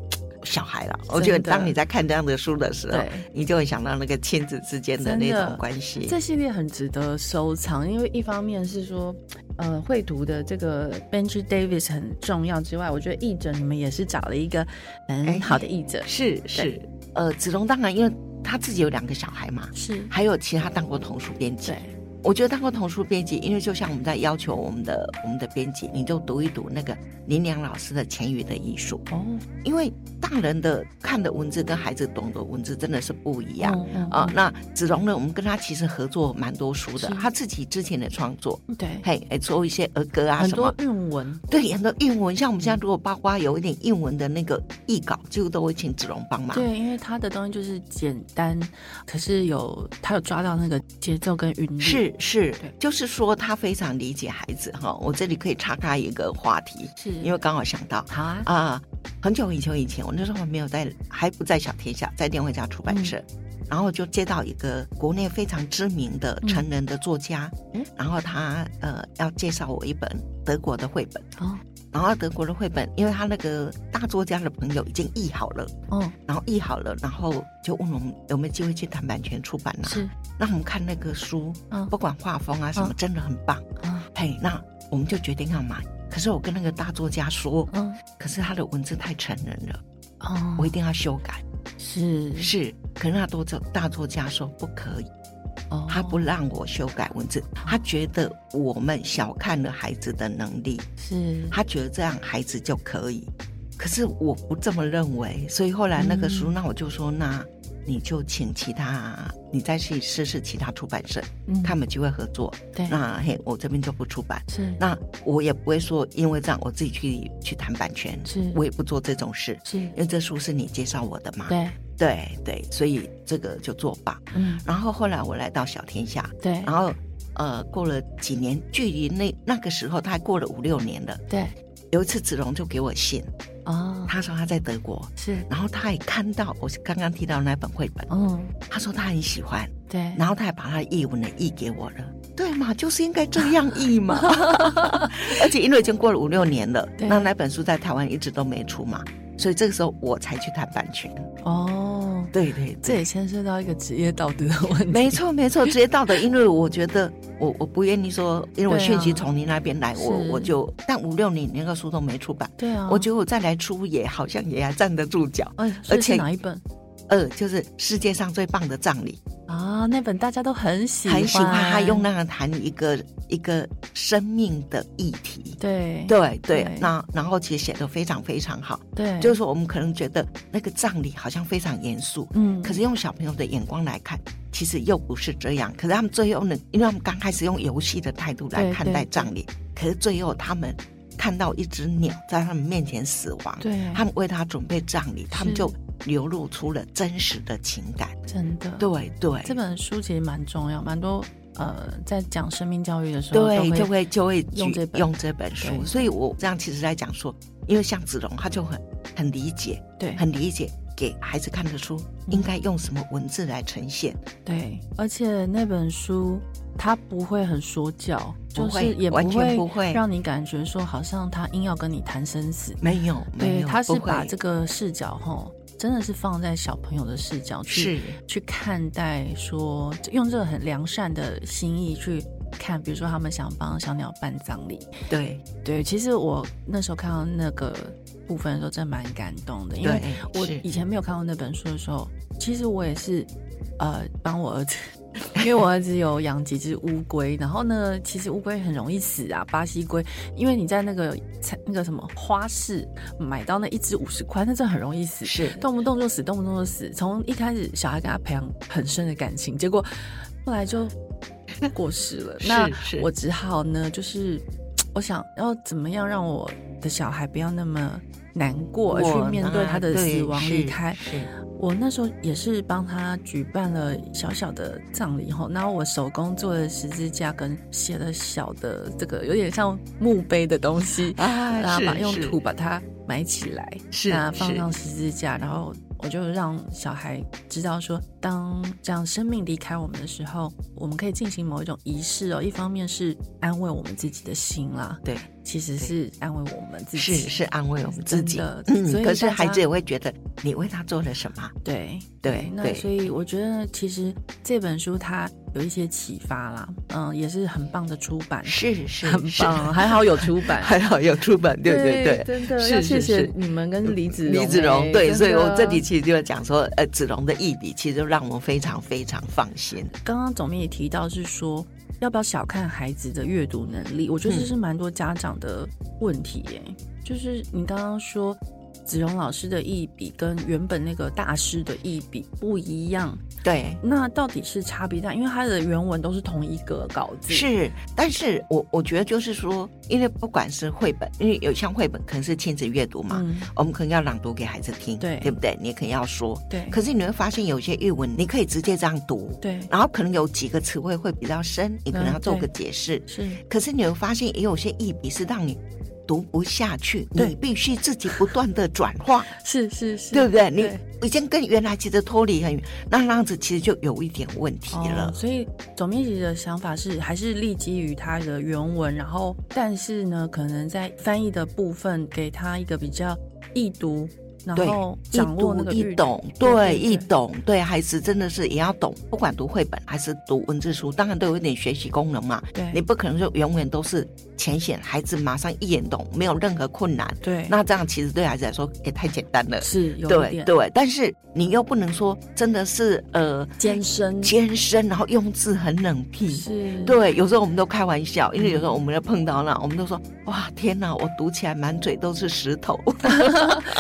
Speaker 2: 小孩 了。我觉得
Speaker 1: 真的
Speaker 2: 当你在看这样的书的时候
Speaker 1: 对，
Speaker 2: 你就会想到那个亲子之间的
Speaker 1: 真
Speaker 2: 那
Speaker 1: 的
Speaker 2: 种关系。
Speaker 1: 这系列很值得收藏，因为一方面是说，呃，绘图的这个 Benji Davis 很重要之外，我觉得译者你们也是找了一个
Speaker 2: 哎
Speaker 1: 很好的译者，
Speaker 2: 是是，呃，子龙当然因为他自己有两个小孩嘛，
Speaker 1: 是
Speaker 2: 还有其他当过童书编辑
Speaker 1: 对，
Speaker 2: 我觉得当过童书编辑，因为就像我们在要求我们的我们的编辑，你就读一读那个林良老师的《钱语的艺术》，
Speaker 1: 哦，
Speaker 2: 因为大人的看的文字跟孩子懂的文字真的是不一样。
Speaker 1: 嗯嗯
Speaker 2: 啊、
Speaker 1: 嗯
Speaker 2: 那子荣呢？我们跟他其实合作蛮多书的
Speaker 1: 是，
Speaker 2: 他自己之前的创作，
Speaker 1: 嗯对，
Speaker 2: 嘿，哎做一些儿歌啊
Speaker 1: 很
Speaker 2: 什么
Speaker 1: 多，韵文，
Speaker 2: 对，很多韵文。像我们现在如果包括有一点韵文的那个译稿，几乎都会请子荣帮忙。
Speaker 1: 对，因为他的东西就是简单，可是有他有抓到那个节奏跟韵律，
Speaker 2: 是是
Speaker 1: 对，
Speaker 2: 就是说他非常理解孩子哈。我这里可以岔开一个话题，
Speaker 1: 是，
Speaker 2: 因为刚好想到
Speaker 1: 好啊，
Speaker 2: 啊、很久以前以前，我那时候没有在，还不在小天下，在电回家出版社，
Speaker 1: 嗯
Speaker 2: 然后就接到一个国内非常知名的成人的作家，
Speaker 1: 嗯
Speaker 2: 然后他呃要介绍我一本德国的绘本，
Speaker 1: 哦
Speaker 2: 然后德国的绘本，因为他那个大作家的朋友已经译好了，
Speaker 1: 哦
Speaker 2: 然后译好了，然后就问我们有没有机会去谈版权出版呢、
Speaker 1: 是，
Speaker 2: 让我们看那个书，
Speaker 1: 嗯
Speaker 2: 不管画风啊什么，
Speaker 1: 嗯
Speaker 2: 真的很棒。
Speaker 1: 嗯
Speaker 2: 嘿，那我们就决定要买。可是我跟那个大作家说，
Speaker 1: 嗯
Speaker 2: 可是他的文字太成人了，
Speaker 1: 哦，
Speaker 2: 我一定要修改。
Speaker 1: 是
Speaker 2: 是，可是那多作大作家说不可以，
Speaker 1: 哦，
Speaker 2: 他不让我修改文字，他觉得我们小看了孩子的能力，
Speaker 1: 是
Speaker 2: 他觉得这样孩子就可以。可是我不这么认为，所以后来那个书，
Speaker 1: 嗯
Speaker 2: 那我就说，那你就请其他，你再去试试其他出版社，
Speaker 1: 嗯
Speaker 2: 看有没有机会合作。
Speaker 1: 对
Speaker 2: 那嘿，我这边就不出版。
Speaker 1: 是
Speaker 2: 那我也不会说，因为这样我自己去去谈版权，
Speaker 1: 是
Speaker 2: 我也不做这种事，
Speaker 1: 是
Speaker 2: 因为这书是你介绍我的嘛。
Speaker 1: 对
Speaker 2: 对对，所以这个就作罢。
Speaker 1: 嗯
Speaker 2: 然后后来我来到小天下，
Speaker 1: 对
Speaker 2: 然后呃过了几年，距离那那个时候，他过了五六年了。
Speaker 1: 对
Speaker 2: 有一次子龙就给我信，
Speaker 1: 哦
Speaker 2: 他说他在德国，
Speaker 1: 是
Speaker 2: 然后他也看到我刚刚提到那本绘本，
Speaker 1: 嗯
Speaker 2: 他说他很喜欢，
Speaker 1: 对
Speaker 2: 然后他还把他的译文的译给我了。对嘛，就是应该这样译 嘛。而且因为已经过了五六年了，
Speaker 1: 对
Speaker 2: 那那本书在台湾一直都没出嘛，所以这个时候我才去谈版权。
Speaker 1: 哦，
Speaker 2: 对对
Speaker 1: 这
Speaker 2: 对，
Speaker 1: 也牵涉到一个职业道德的 问题，
Speaker 2: 没错没错，直接到的，因为我觉得我我不愿意说，因为我
Speaker 1: 对啊
Speaker 2: 讯息从您那边来，我
Speaker 1: 是
Speaker 2: 我就但五六年那个书都没出版，
Speaker 1: 对啊，
Speaker 2: 我觉得我再来出也好像也还站得住脚。
Speaker 1: 哎，而
Speaker 2: 而且
Speaker 1: 且哪一本
Speaker 2: 呃，就是世界上最棒的葬礼，
Speaker 1: 啊？那本大家都很喜欢，
Speaker 2: 很喜欢他用那个谈一个一个生命的议题。
Speaker 1: 对
Speaker 2: 对对
Speaker 1: 对，
Speaker 2: 那然后其实写的非常非常好，
Speaker 1: 对，
Speaker 2: 就是说我们可能觉得那个葬礼好像非常严肃，
Speaker 1: 嗯，
Speaker 2: 可是用小朋友的眼光来看，其实又不是这样。可是他们最后呢，因为他们刚开始用游戏的态度来
Speaker 1: 对
Speaker 2: 看
Speaker 1: 对
Speaker 2: 待
Speaker 1: 对
Speaker 2: 葬礼，可是最后他们看到一只鸟在他们面前死亡，
Speaker 1: 对，
Speaker 2: 他们为他准备葬礼，他们
Speaker 1: 是
Speaker 2: 就流露出了真实的情感。
Speaker 1: 真的
Speaker 2: 对对，
Speaker 1: 这本书其实蛮重要，蛮多呃，在讲生命教育的时候，
Speaker 2: 对，
Speaker 1: 就
Speaker 2: 就会就会
Speaker 1: 用
Speaker 2: 举
Speaker 1: 这本
Speaker 2: 用这本书，
Speaker 1: 对
Speaker 2: 所以我这样其实在讲说，因为像子龙他就很很理解，
Speaker 1: 对
Speaker 2: 很理解给孩子看的书
Speaker 1: 嗯
Speaker 2: 应该用什么文字来呈现，
Speaker 1: 对，而且那本书它不会很说教，
Speaker 2: 不
Speaker 1: 就是
Speaker 2: 会
Speaker 1: 也
Speaker 2: 完全不会
Speaker 1: 让你感觉说好像他硬要跟你谈生死，
Speaker 2: 没有没
Speaker 1: 对，
Speaker 2: 有，
Speaker 1: 他是
Speaker 2: 不会
Speaker 1: 把这个视角吼，真的是放在小朋友的视角去
Speaker 2: 是
Speaker 1: 去看待说，用这个很良善的心意去看，比如说他们想帮小鸟办葬礼，
Speaker 2: 对
Speaker 1: 对，其实我那时候看到那个部分的时候，真的蛮感动的，因为
Speaker 2: 对
Speaker 1: 我
Speaker 2: 是
Speaker 1: 以前没有看过那本书的时候，其实我也是呃帮我儿子。因为我儿子有养几只乌龟，然后呢，其实乌龟很容易死啊，巴西龟，因为你在那个菜那个什么花市买到那一只五十块，那真的很容易死，
Speaker 2: 是
Speaker 1: 动不动就死，动不动就死。从一开始小孩跟他培养很深的感情，结果后来就过世了。
Speaker 2: 是
Speaker 1: 那
Speaker 2: 是
Speaker 1: 我只好呢，就是我想要怎么样让我的小孩不要那么难过，而去面对他的死亡离开。我那时候也是帮他举办了小小的葬礼后，然后我手工做了十字架，跟写了小的这个有点像墓碑的东西，
Speaker 2: 啊
Speaker 1: 然后
Speaker 2: 是
Speaker 1: 把用
Speaker 2: 是
Speaker 1: 土把它埋起来，
Speaker 2: 是
Speaker 1: 那放
Speaker 2: 是
Speaker 1: 上十字架，然后我就让小孩知道说，当这样生命离开我们的时候，我们可以进行某一种仪式哦。一方面是安慰我们自己的心啦，
Speaker 2: 对
Speaker 1: 其实是安慰我们自己，
Speaker 2: 是是安慰我们自
Speaker 1: 真
Speaker 2: 己
Speaker 1: 的，
Speaker 2: 嗯
Speaker 1: 所，以
Speaker 2: 可是
Speaker 1: 大家
Speaker 2: 孩子也会觉得你为他做了什么，
Speaker 1: 对
Speaker 2: 对
Speaker 1: 嗯那
Speaker 2: 对
Speaker 1: 所以我觉得其实这本书它有一些启发啦，嗯，也是很棒的出 版，
Speaker 2: 是是
Speaker 1: 很
Speaker 2: 是。
Speaker 1: 棒，还好有出版
Speaker 2: 还好有出版， 对对对。
Speaker 1: 真的
Speaker 2: 是
Speaker 1: 要
Speaker 2: 是
Speaker 1: 谢谢
Speaker 2: 是
Speaker 1: 你们跟李子哎
Speaker 2: 李子荣对，所以我这
Speaker 1: 里。
Speaker 2: 里其实就要讲说，呃，子荣的毅力其实就让我们非常非常放心。
Speaker 1: 刚刚总编也提到是说，要不要小看孩子的阅读能力？我觉得
Speaker 2: 嗯
Speaker 1: 这是蛮多家长的问题耶、就是你刚刚说子荣老师的一笔跟原本那个大师的一笔不一样，
Speaker 2: 对，
Speaker 1: 那到底是差别在？因为它的原文都是同一个稿子，
Speaker 2: 是，但是我我觉得就是说，因为不管是绘本，因为有像绘本可能是亲子阅读嘛，
Speaker 1: 嗯，
Speaker 2: 我们可能要朗读给孩子听，
Speaker 1: 对
Speaker 2: 对不对？你可能要说，
Speaker 1: 对，
Speaker 2: 可是你会发现有些日文你可以直接这样读，
Speaker 1: 对
Speaker 2: 然后可能有几个词汇会比较深，你可能
Speaker 1: 嗯
Speaker 2: 要做
Speaker 1: 对
Speaker 2: 个解释。
Speaker 1: 是，
Speaker 2: 可是你会发现也有些译笔是让你读不下去，
Speaker 1: 对
Speaker 2: 你必须自己不断的转 化，
Speaker 1: 是是是，
Speaker 2: 对不对？你已经跟原来其实脱离很远，那那样子其实就有一点问题了
Speaker 1: 哦。所以总编辑的想法是，还是立基于它的原文，然后但是呢，可能在翻译的部分给他一个比较易读，然
Speaker 2: 对
Speaker 1: 后
Speaker 2: 易
Speaker 1: 掌握那
Speaker 2: 读
Speaker 1: 个
Speaker 2: 易
Speaker 1: 韵
Speaker 2: 懂，
Speaker 1: 对
Speaker 2: 对，
Speaker 1: 对
Speaker 2: 易
Speaker 1: 对
Speaker 2: 懂，对孩子真的是也要懂，不管读绘本还是读文字书，当然都有一点学习功能嘛。
Speaker 1: 对，
Speaker 2: 你不可能就永远都是浅显，孩子马上一眼懂，没有任何困难。
Speaker 1: 对，
Speaker 2: 那这样其实对孩子来说也太简单了。
Speaker 1: 是有一
Speaker 2: 对
Speaker 1: 点
Speaker 2: 对，但是你又不能说真的是呃
Speaker 1: 艰深，
Speaker 2: 艰深，然后用字很冷僻。
Speaker 1: 是，
Speaker 2: 对，有时候我们都开玩笑，因为
Speaker 1: 嗯
Speaker 2: 有时候我们要碰到那，我们都说哇天哪，我读起来满嘴都是石头。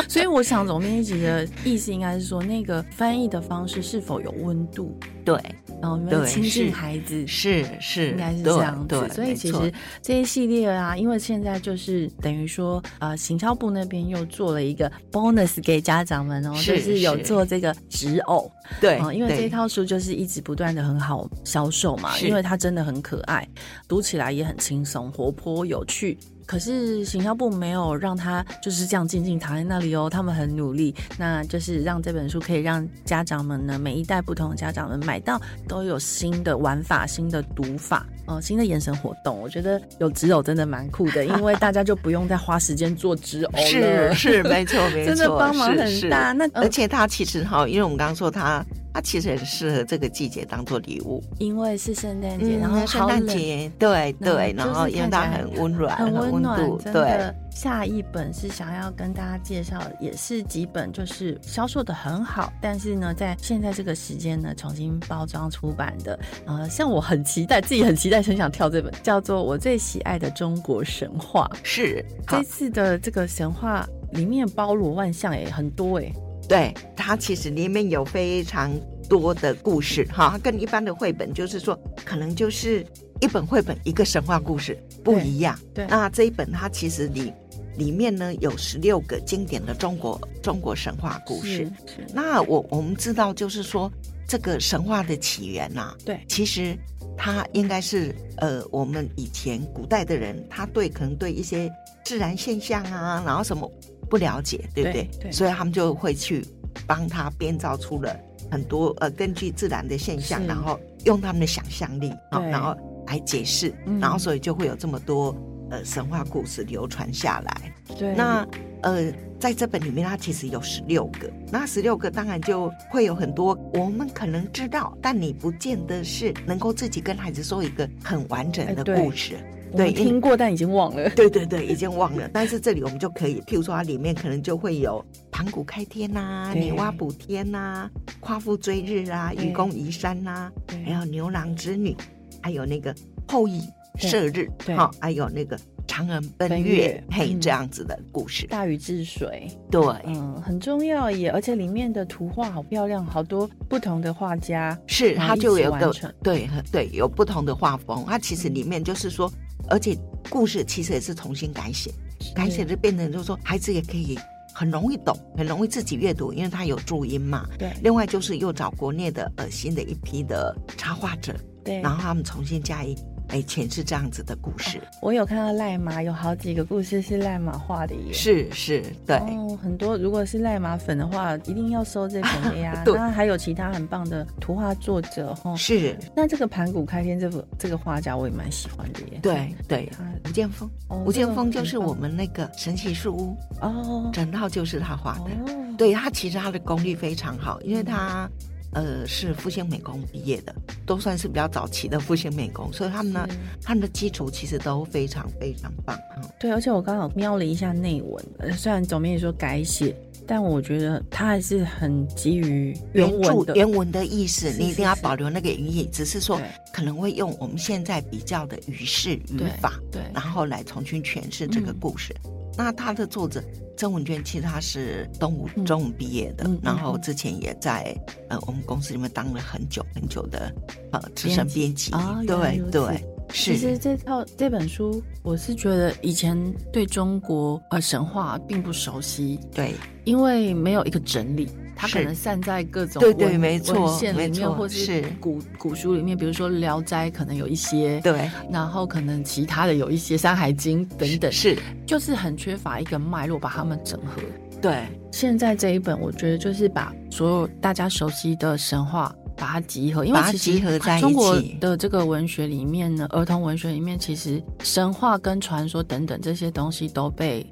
Speaker 1: 所以我想总编辑的意思应该是说，那个翻译的方式是否有温度，
Speaker 2: 对，
Speaker 1: 然后有没有哦
Speaker 2: 对
Speaker 1: 亲近
Speaker 2: 是
Speaker 1: 孩子，
Speaker 2: 是是，
Speaker 1: 应该是
Speaker 2: 对
Speaker 1: 这样子
Speaker 2: 对，，
Speaker 1: 所以
Speaker 2: 没
Speaker 1: 其
Speaker 2: 错
Speaker 1: 实这一系列啊，因为现在就是等于说，呃，行销部那边又做了一个 bonus 给家长们哦，
Speaker 2: 是
Speaker 1: 就是有
Speaker 2: 是
Speaker 1: 做这个纸偶
Speaker 2: 对
Speaker 1: 啊、，因为这
Speaker 2: 对
Speaker 1: 套书就是一直不断的很好销售嘛，
Speaker 2: 是
Speaker 1: 因为它真的很可爱，读起来也很轻松、活泼、有趣。可是行销部没有让他就是这样静静躺在那里哦，他们很努力，那就是让这本书可以让家长们呢，每一代不同的家长们买到都有新的玩法、新的读法，呃，新的眼神活动。我觉得有纸偶真的蛮酷 的，因为大家就不用再花时间做纸偶
Speaker 2: 是
Speaker 1: 了，
Speaker 2: 是没错 没错，
Speaker 1: 哦真的帮忙
Speaker 2: 是
Speaker 1: 很
Speaker 2: 是
Speaker 1: 大。那嗯
Speaker 2: 而且它其实哈，因为我们刚刚说它，它其实很适合这个季节当做礼物。
Speaker 1: 因为是圣诞嗯节，然后
Speaker 2: 嗯圣
Speaker 1: 好
Speaker 2: 诞
Speaker 1: 冷
Speaker 2: 节，对
Speaker 1: 然后
Speaker 2: 对，
Speaker 1: 就是
Speaker 2: 然后因
Speaker 1: 看
Speaker 2: 为
Speaker 1: 起
Speaker 2: 它
Speaker 1: 来
Speaker 2: 很温暖，
Speaker 1: 很温暖，
Speaker 2: 度，
Speaker 1: 真
Speaker 2: 对
Speaker 1: 的。下一本是想要跟大家介绍的，也是几本就是销售的很好，但是呢，在现在这个时间呢，重新包装出版的。呃，像我很期待，自己很期待，很想跳这本，叫做《我最喜爱的中国神话》。
Speaker 2: 是，好
Speaker 1: 这，次的这个神话里面包罗万象，哎，很多哎，
Speaker 2: 对它其实里面有非常多的故事哈，它跟一般的绘本就是说，可能就是一本绘本一个神话故事不
Speaker 1: 对
Speaker 2: 一样。
Speaker 1: 对
Speaker 2: 那这一本它其实里里面呢有十六个经典的中国中国神话故事。
Speaker 1: 是
Speaker 2: 那我我们知道，就是说这个神话的起源呐、
Speaker 1: 对
Speaker 2: 其实它应该是呃，我们以前古代的人，他对可能对一些自然现象啊，然后什么不了解，对不对？
Speaker 1: 对对
Speaker 2: 所以他们就会去帮他编造出了很多呃，根据自然的现象，
Speaker 1: 是
Speaker 2: 然后用他们的想象力啊、
Speaker 1: 对
Speaker 2: 然后来解释，
Speaker 1: 嗯
Speaker 2: 然后所以就会有这么多呃神话故事流传下来。
Speaker 1: 对
Speaker 2: 那呃，在这本里面，它其实有十六个，那十六个当然就会有很多我们可能知道，但你不见得是能够自己跟孩子说一个很完整
Speaker 1: 哎
Speaker 2: 的
Speaker 1: 对
Speaker 2: 故事。
Speaker 1: 我们
Speaker 2: 对因
Speaker 1: 听过，但已经忘了。
Speaker 2: 对对对，已经忘 了。但是这里我们就可以，譬如说它里面可能就会有盘古开天呐、
Speaker 1: 对
Speaker 2: 女娲补天呐、夸父追日啊、
Speaker 1: 对
Speaker 2: 愚公移山呐、
Speaker 1: 对
Speaker 2: 还有牛郎织女，还有那个后羿
Speaker 1: 对
Speaker 2: 射日，
Speaker 1: 对
Speaker 2: 好，还有那个嫦娥
Speaker 1: 奔
Speaker 2: 奔
Speaker 1: 月
Speaker 2: 月，嘿，
Speaker 1: 嗯
Speaker 2: 这样子的故事。
Speaker 1: 大禹治水，
Speaker 2: 对，
Speaker 1: 嗯，很重要耶，而且里面的图画好漂亮，好多不同的画家，
Speaker 2: 是，
Speaker 1: 然后
Speaker 2: 它
Speaker 1: 一
Speaker 2: 就
Speaker 1: 起
Speaker 2: 有
Speaker 1: 完
Speaker 2: 个
Speaker 1: 成嗯
Speaker 2: 对很对有不同的画风。它其实里面就是说，而且故事其实也是重新改写，改写就变成就是说孩子也可以很容易懂，很容易自己阅读，因为它有注音嘛。
Speaker 1: 对
Speaker 2: 另外就是又找国内的呃新的一批的插画者，
Speaker 1: 对。
Speaker 2: 然后他们重新加以哎诠释这样子的故事。
Speaker 1: 我有看到赖马有好几个故事是赖马画的耶，
Speaker 2: 是是，对。。
Speaker 1: 哦，很多如果是赖马粉的话，一定要收这本的呀
Speaker 2: 对
Speaker 1: 那还有其他很棒的图画作者哦。
Speaker 2: 是，
Speaker 1: 那这个盘古开天这幅这个画家我也蛮喜欢的耶。
Speaker 2: 对对，
Speaker 1: 他，
Speaker 2: 吴建峰，
Speaker 1: 哦
Speaker 2: 吴
Speaker 1: 这
Speaker 2: 建
Speaker 1: 个
Speaker 2: 峰就
Speaker 1: 很
Speaker 2: 是
Speaker 1: 棒
Speaker 2: 我们那个神奇树屋，
Speaker 1: 哦
Speaker 2: 整套就是他画的。
Speaker 1: 哦，
Speaker 2: 对他其实他的功力非常好，因为他呃，是复兴美工毕业的，都算是比较早期的复兴美工，所以他们呢，他们的基础其实都非常非常棒。嗯
Speaker 1: 对，而且我刚好瞄了一下内文，呃虽然总编辑说改写，但我觉得他还是很基于原文
Speaker 2: 著
Speaker 1: 的。
Speaker 2: 原文的意思，
Speaker 1: 是
Speaker 2: 你一定要
Speaker 1: 是
Speaker 2: 保留那个语义，只是说
Speaker 1: 对
Speaker 2: 可能会用我们现在比较的语式语
Speaker 1: 对
Speaker 2: 法，
Speaker 1: 对
Speaker 2: 然后来重新诠释这个
Speaker 1: 嗯
Speaker 2: 故事。那他的作者曾文娟，其实他是东吴
Speaker 1: 嗯
Speaker 2: 中吴毕业的，
Speaker 1: 嗯嗯
Speaker 2: 然后之前也在呃我们公司里面当了很久很久的呃资深编辑，
Speaker 3: 哦原来
Speaker 2: 对
Speaker 3: 如此
Speaker 2: 对
Speaker 1: 其实
Speaker 2: 是。
Speaker 1: 这套这本书，我是觉得以前对中国呃神话并不熟悉，
Speaker 2: 对，
Speaker 1: 因为没有一个整理，它
Speaker 2: 是
Speaker 1: 可能散在各种
Speaker 2: 对对
Speaker 1: 文
Speaker 2: 没错
Speaker 1: 文献里
Speaker 2: 没
Speaker 1: 面，
Speaker 2: 错
Speaker 1: 或是
Speaker 2: 是
Speaker 1: 古古书里面，比如说《聊斋》，可能有一些，
Speaker 2: 对，
Speaker 1: 然后可能其他的有一些《山海经》等等，
Speaker 2: 是，
Speaker 1: 就是很缺乏一个脉络把它们整合。
Speaker 2: 对，
Speaker 1: 现在这一本，我觉得就是把所有大家熟悉的神话。把它集合，因为
Speaker 2: 把它
Speaker 1: 其实
Speaker 2: 集合在一起
Speaker 1: 中国的这个文学里面呢，儿童文学里面，其实神话跟传说等等这些东西都被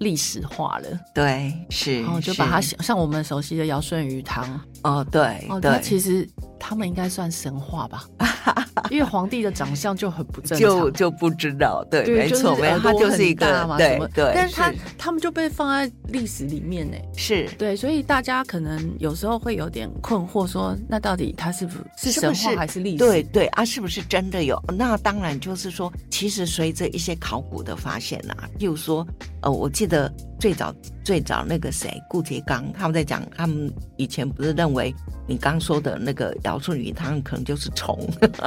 Speaker 1: 历史化了。
Speaker 2: 对，是。
Speaker 1: 然后哦就把它
Speaker 2: 嗯是
Speaker 1: 想像我们熟悉的尧舜禹汤，
Speaker 2: 哦，对，
Speaker 1: 哦，
Speaker 2: 对
Speaker 1: 它，其实他们应该算神话 吧，因为皇帝的长相就很不正
Speaker 2: 就
Speaker 1: 常。
Speaker 2: 就不知道，对，
Speaker 1: 对，
Speaker 2: 没
Speaker 1: 就
Speaker 2: 错，
Speaker 1: 是
Speaker 2: 没错，
Speaker 1: 耳朵
Speaker 2: 它就是一
Speaker 1: 很
Speaker 2: 个
Speaker 1: 大嘛，
Speaker 2: 对
Speaker 1: 什么
Speaker 2: 对，
Speaker 1: 但是他
Speaker 2: 是
Speaker 1: 他们就被放在历史里面呢，
Speaker 2: 是
Speaker 1: 对，所以大家可能有时候会有点困惑说那到底它是不是
Speaker 2: 是不
Speaker 1: 神
Speaker 2: 是
Speaker 1: 话还是历史？
Speaker 2: 对对啊，是不是真的有？那当然就是说，其实随着一些考古的发现啊，譬如说，呃，我记得最早最早那个谁顾颉刚他们在讲，他们以前不是认为你刚说的那个尧舜禹汤可能就是虫，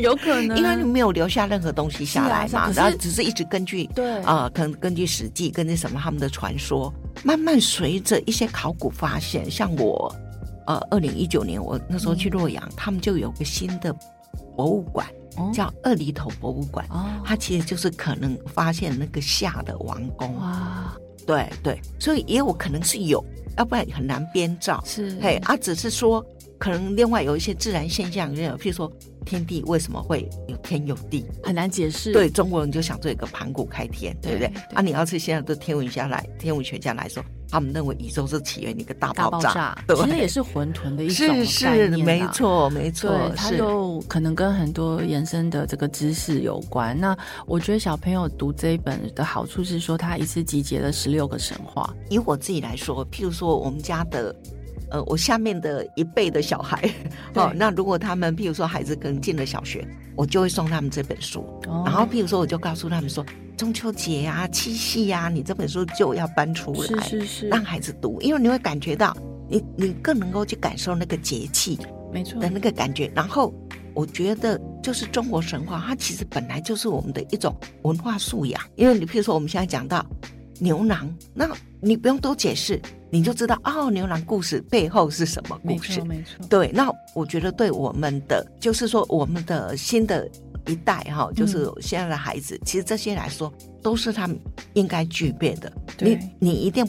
Speaker 1: 有可能，
Speaker 2: 因为你没有留下任何东西下来
Speaker 1: 嗯是啊是啊
Speaker 2: 嘛，
Speaker 1: 可是
Speaker 2: 然后只是一直根据
Speaker 1: 对
Speaker 2: 啊、可能根据史记，根据什么他们的传说，慢慢随着一些考古发现，像我，呃，二零一九年我那时候
Speaker 1: 嗯
Speaker 2: 去洛阳，他们就有个新的博物馆，
Speaker 1: 哦
Speaker 2: 叫二里头博物馆。
Speaker 1: 哦，
Speaker 2: 它其实就是可能发现那个夏的王宫，
Speaker 1: 哇，
Speaker 2: 对对，所以也有可能是有，要不然很难编造。
Speaker 1: 是
Speaker 2: 嘿，啊，只是说可能另外有一些自然现象，也有譬如说天地为什么会有天有地，
Speaker 1: 很难解释，
Speaker 2: 对中国人就想做一个盘古开天，对不对
Speaker 1: 对？对
Speaker 2: 啊，你要是现在对天文家来，天文学家来说，他们认为宇宙是起源一个大
Speaker 1: 大
Speaker 2: 爆
Speaker 1: 爆
Speaker 2: 炸，
Speaker 1: 炸，
Speaker 2: 对
Speaker 1: 其实也是混沌的一种
Speaker 2: 是
Speaker 1: 概
Speaker 2: 是
Speaker 1: 念啊
Speaker 2: 没错没错
Speaker 1: 对，，它
Speaker 2: 是
Speaker 1: 就可能跟很多延伸的这个知识有关。那我觉得小朋友读这一本的好处是说，它一次集结了十六个神话，
Speaker 2: 以我自己来说，譬如说我们家的。呃，我下面的一辈的小孩，
Speaker 1: 对
Speaker 2: 哦，那如果他们，譬如说孩子可能进了小学，我就会送他们这本书，
Speaker 1: 哦
Speaker 2: 然后譬如说我就告诉他们说，中秋节啊、七夕啊，你这本书就要搬出来，
Speaker 1: 是是是，
Speaker 2: 让孩子读，因为你会感觉到，你你更能够去感受那个节气
Speaker 1: 没错
Speaker 2: 的，那个感觉。然后我觉得，就是中国神话，它其实本来就是我们的一种文化素养。因为你譬如说，我们现在讲到牛郎，那你不用多解释，你就知道哦，牛郎故事背后是什么
Speaker 1: 没
Speaker 2: 故事
Speaker 1: 错。没错，
Speaker 2: 对，那我觉得对我们的，就是说我们的新的一代哈、
Speaker 1: 嗯
Speaker 2: 就是现在的孩子，其实这些来说都是他们应该具备的。你
Speaker 1: 对
Speaker 2: 你一定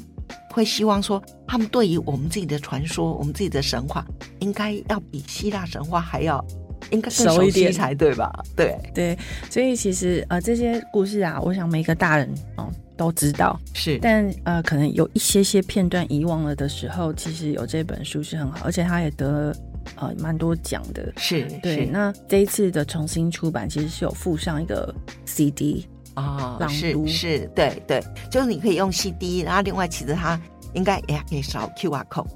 Speaker 2: 会希望说，他们对于我们自己的传说、我们自己的神话，应该要比希腊神话还要应该更
Speaker 1: 熟
Speaker 2: 熟
Speaker 1: 一
Speaker 2: 悉
Speaker 1: 点
Speaker 2: 才对吧？对，
Speaker 1: 对，所以其实呃这些故事啊，我想每个大人哦、都知道，
Speaker 2: 是
Speaker 1: 但呃，可能有一些些片段遗忘了的时候，其实有这本书是很好，而且它也得了呃蛮多奖的。
Speaker 2: 是
Speaker 1: 对，
Speaker 2: 是
Speaker 1: 那这一次的重新出版其实是有附上一个 CD，
Speaker 2: 啊、
Speaker 1: 朗
Speaker 2: 是
Speaker 1: 读
Speaker 2: 是，对对，就是你可以用 CD，然后另外其实它应该也可以扫 QR code，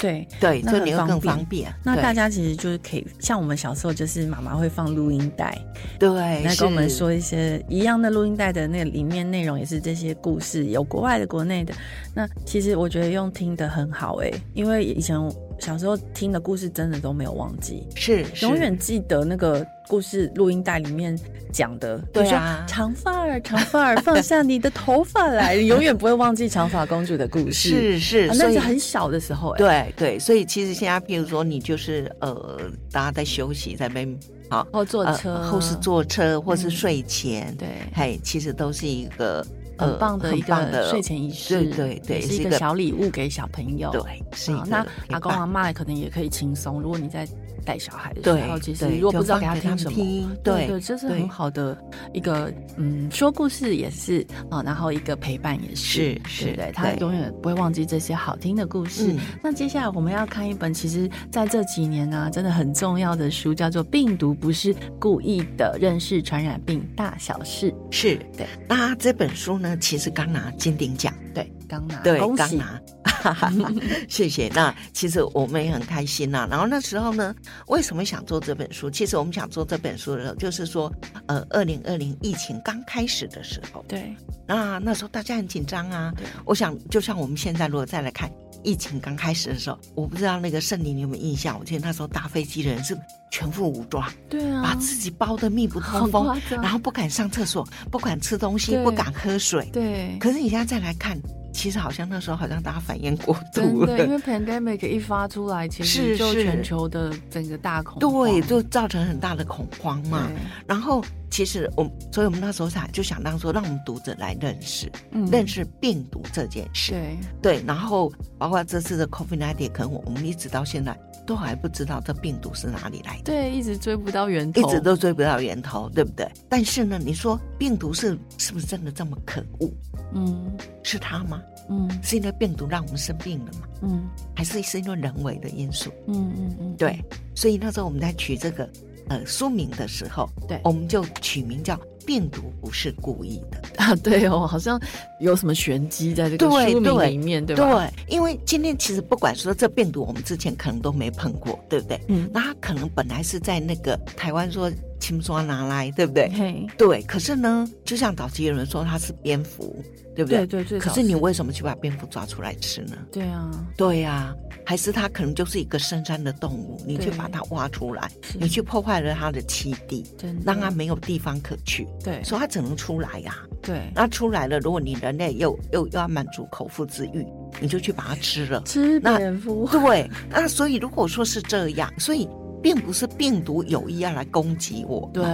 Speaker 1: 对，
Speaker 2: 对，
Speaker 1: 那
Speaker 2: 所以
Speaker 1: 很
Speaker 2: 你会更
Speaker 1: 方便
Speaker 2: 方便。
Speaker 1: 那
Speaker 2: 对
Speaker 1: 大家其实就是可以，像我们小时候就是妈妈会放录音带，
Speaker 2: 对，
Speaker 1: 来跟我们
Speaker 2: 是
Speaker 1: 说一些一样的录音带的那里面内容也是这些故事，有国外的、国内的。那其实我觉得用听的很好诶、因为以前小时候听的故事真的都没有忘记，
Speaker 2: 是是
Speaker 1: 永远记得那个故事录音带里面讲的，比如
Speaker 2: 对
Speaker 1: 说
Speaker 2: 啊
Speaker 1: 长发儿，长发儿，放下你的头发 来，你永远不会忘记长发公主的故事。
Speaker 2: 是是，
Speaker 1: 啊
Speaker 2: 所
Speaker 1: 那
Speaker 2: 以
Speaker 1: 是很小的时候、欸，
Speaker 2: 对对，所以其实现在，譬如说你就是呃，大家在休息，在那边好呃
Speaker 1: 然后坐车，
Speaker 2: 呃，或是坐车，或是
Speaker 1: 嗯
Speaker 2: 睡前，
Speaker 1: 对
Speaker 2: 嘿，其实都是一个呃
Speaker 1: 很棒的
Speaker 2: 很
Speaker 1: 一
Speaker 2: 棒
Speaker 1: 个
Speaker 2: 的
Speaker 1: 睡前仪式，
Speaker 2: 对对对
Speaker 1: 也是
Speaker 2: 是
Speaker 1: 一
Speaker 2: 一
Speaker 1: 个
Speaker 2: 个
Speaker 1: 小礼物给小朋友。
Speaker 2: 对，是一
Speaker 1: 好
Speaker 2: 个
Speaker 1: 啊那
Speaker 2: 陪
Speaker 1: 阿公
Speaker 2: 伴
Speaker 1: 阿妈可能也可以轻松。如果你在带小孩的
Speaker 2: 对
Speaker 1: 时候，其实
Speaker 2: 对
Speaker 1: 如果
Speaker 2: 就
Speaker 1: 不知道
Speaker 2: 放
Speaker 1: 给他
Speaker 2: 给他
Speaker 1: 听
Speaker 2: 们
Speaker 1: 什么，
Speaker 2: 听
Speaker 1: 对
Speaker 2: 对
Speaker 1: 这是
Speaker 2: 对
Speaker 1: 很好的一个嗯，说故事也是哦，然后一个陪伴也是，
Speaker 2: 是是
Speaker 1: 对不对？他
Speaker 2: 对
Speaker 1: 永远不会忘记这些好听的故事。
Speaker 2: 嗯
Speaker 1: 那接下来我们要看一本，其实在这几年呢、真的很重要的书，叫做《病毒不是故意的：认识传染病大小事》。
Speaker 2: 是
Speaker 1: 对。
Speaker 2: 那这本书呢，其实刚拿金鼎奖，
Speaker 1: 对，刚拿，
Speaker 2: 对
Speaker 1: 恭，
Speaker 2: 刚
Speaker 1: 喜，
Speaker 2: 拿， 哈哈哈谢谢。那其实我们也很开心呐、然后那时候呢，为什么想做这本书？其实我们想做这本书的时候，就是说，呃，二零二零疫情刚开始的时候，
Speaker 1: 对，
Speaker 2: 那那时候大家很紧张啊
Speaker 1: 对。
Speaker 2: 我想，就像我们现在如果再来看疫情刚开始的时候，我不知道那个圣林你有没有印象？我记得那时候搭飞机的人是全副武装，
Speaker 1: 对啊
Speaker 2: 把，自己包得密不
Speaker 1: 好
Speaker 2: 透风，
Speaker 1: 夸张，
Speaker 2: 然后不敢上厕所，不敢吃东西，
Speaker 1: 对
Speaker 2: 不敢喝水。
Speaker 1: 对。
Speaker 2: 可是你现在再来看，其实好像那时候好像大家反应过
Speaker 1: 真
Speaker 2: 度
Speaker 1: 的，因
Speaker 2: 了，
Speaker 1: 为 pandemic 一发出来，其实
Speaker 2: 是
Speaker 1: 就是全球的整个大恐慌。
Speaker 2: 对，就造成很大的恐慌嘛。
Speaker 1: 对
Speaker 2: 然后其实我，所以我们那时候想就想当说，让我们读者来认识、
Speaker 1: 嗯
Speaker 2: 认识病毒这件事。
Speaker 1: 对
Speaker 2: 对，然后包括这次的 COVID-19，可能我们一直到现在都还不知道这病毒是哪里来的，
Speaker 1: 对，一直追不到源头，
Speaker 2: 一直都追不到源头，对不对？但是呢，你说病毒是是不是真的这么可恶？
Speaker 1: 嗯
Speaker 2: 是它吗？
Speaker 1: 嗯
Speaker 2: 是因为病毒让我们生病了吗？
Speaker 1: 嗯
Speaker 2: 还是是因为人为的因素？
Speaker 1: 嗯嗯嗯，
Speaker 2: 对，所以那时候我们在取这个呃书名的时候，
Speaker 1: 对
Speaker 2: 我们就取名叫“病毒不是故意的
Speaker 1: 啊，对哦，好像有什么玄机在这个
Speaker 2: 对
Speaker 1: 书名
Speaker 2: 对
Speaker 1: 里面，”，对吧？
Speaker 2: 因为今天其实不管说这病毒，我们之前可能都没碰过，对不对？
Speaker 1: 嗯，
Speaker 2: 那它可能本来是在那个台湾说青抓拿来，对不对？
Speaker 1: 嘿，
Speaker 2: 对，可是呢，就像早期有人说它是蝙蝠，对不对？
Speaker 1: 对对，
Speaker 2: 可是你为什么去把蝙蝠抓出来吃呢？
Speaker 1: 对啊，
Speaker 2: 对呀、还是它可能就是一个深山的动物，你去
Speaker 1: 对
Speaker 2: 把它挖出来，
Speaker 1: 是
Speaker 2: 你去破坏了它的栖地，
Speaker 1: 真的
Speaker 2: 让它没有地方可去，
Speaker 1: 对
Speaker 2: 所以它只能出来呀、
Speaker 1: 对。
Speaker 2: 那出来了，如果你人类又又又要满足口腹之欲，你就去把它吃了
Speaker 1: 吃
Speaker 2: 那
Speaker 1: 蝙蝠，
Speaker 2: 对，那所以如果说是这样，所以并不是病毒有意要来攻击我，
Speaker 1: 对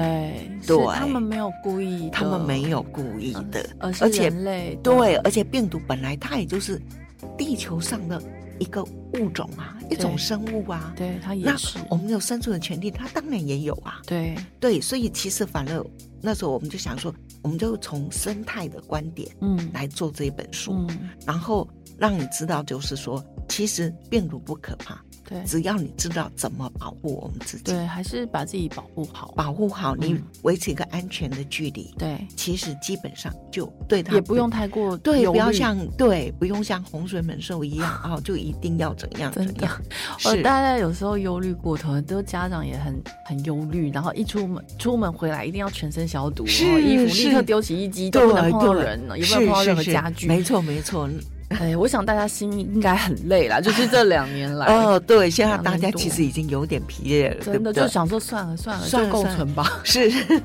Speaker 1: 是
Speaker 2: 对
Speaker 1: 他们没有故意的，
Speaker 2: 他们没有故意的，
Speaker 1: 而是
Speaker 2: 而且
Speaker 1: 人类的
Speaker 2: 对，而且病毒本来它也就是地球上的一个物种啊，一种生物啊，
Speaker 1: 对，他也
Speaker 2: 那
Speaker 1: 是，
Speaker 2: 我们有生存的权利，它当然也有啊。
Speaker 1: 对，
Speaker 2: 对，所以其实反而那时候我们就想说，我们就从生态的观点
Speaker 1: 嗯
Speaker 2: 来做这一本书，
Speaker 1: 嗯，
Speaker 2: 然后让你知道，就是说，其实病毒不可怕，
Speaker 1: 对
Speaker 2: 只要你知道怎么保护我们自己，
Speaker 1: 对，还是把自己保护好，
Speaker 2: 保护好你
Speaker 1: 嗯，
Speaker 2: 维持一个安全的距离，
Speaker 1: 对，
Speaker 2: 其实基本上就对它
Speaker 1: 也不用太过
Speaker 2: 对，
Speaker 1: 忧
Speaker 2: 不要
Speaker 1: 虑
Speaker 2: 像对，不用像洪水猛兽一样 啊、哦，就一定要怎样
Speaker 1: 真
Speaker 2: 怎
Speaker 1: 的
Speaker 2: 样，
Speaker 1: 呃，
Speaker 2: 是
Speaker 1: 大家有时候忧虑过头，很多家长也很很忧虑，然后一出门出门回来一定要全身消毒，
Speaker 2: 是
Speaker 1: 然后衣服
Speaker 2: 是
Speaker 1: 立刻丢洗衣机，
Speaker 2: 对
Speaker 1: 都不能碰到
Speaker 2: 对
Speaker 1: 人，也不能碰到任何家具。
Speaker 2: 没错没错。
Speaker 1: 哎，我想大家心应该很累啦，就是这两年来，
Speaker 2: 哦，对，现在
Speaker 1: 两
Speaker 2: 大
Speaker 1: 年
Speaker 2: 家
Speaker 1: 多
Speaker 2: 其实已经有点疲累了，
Speaker 1: 真的就
Speaker 2: 对不对？
Speaker 1: 想说算了算了，
Speaker 2: 算
Speaker 1: 就
Speaker 2: 了
Speaker 1: 共
Speaker 2: 算了
Speaker 1: 存吧。
Speaker 2: 是是，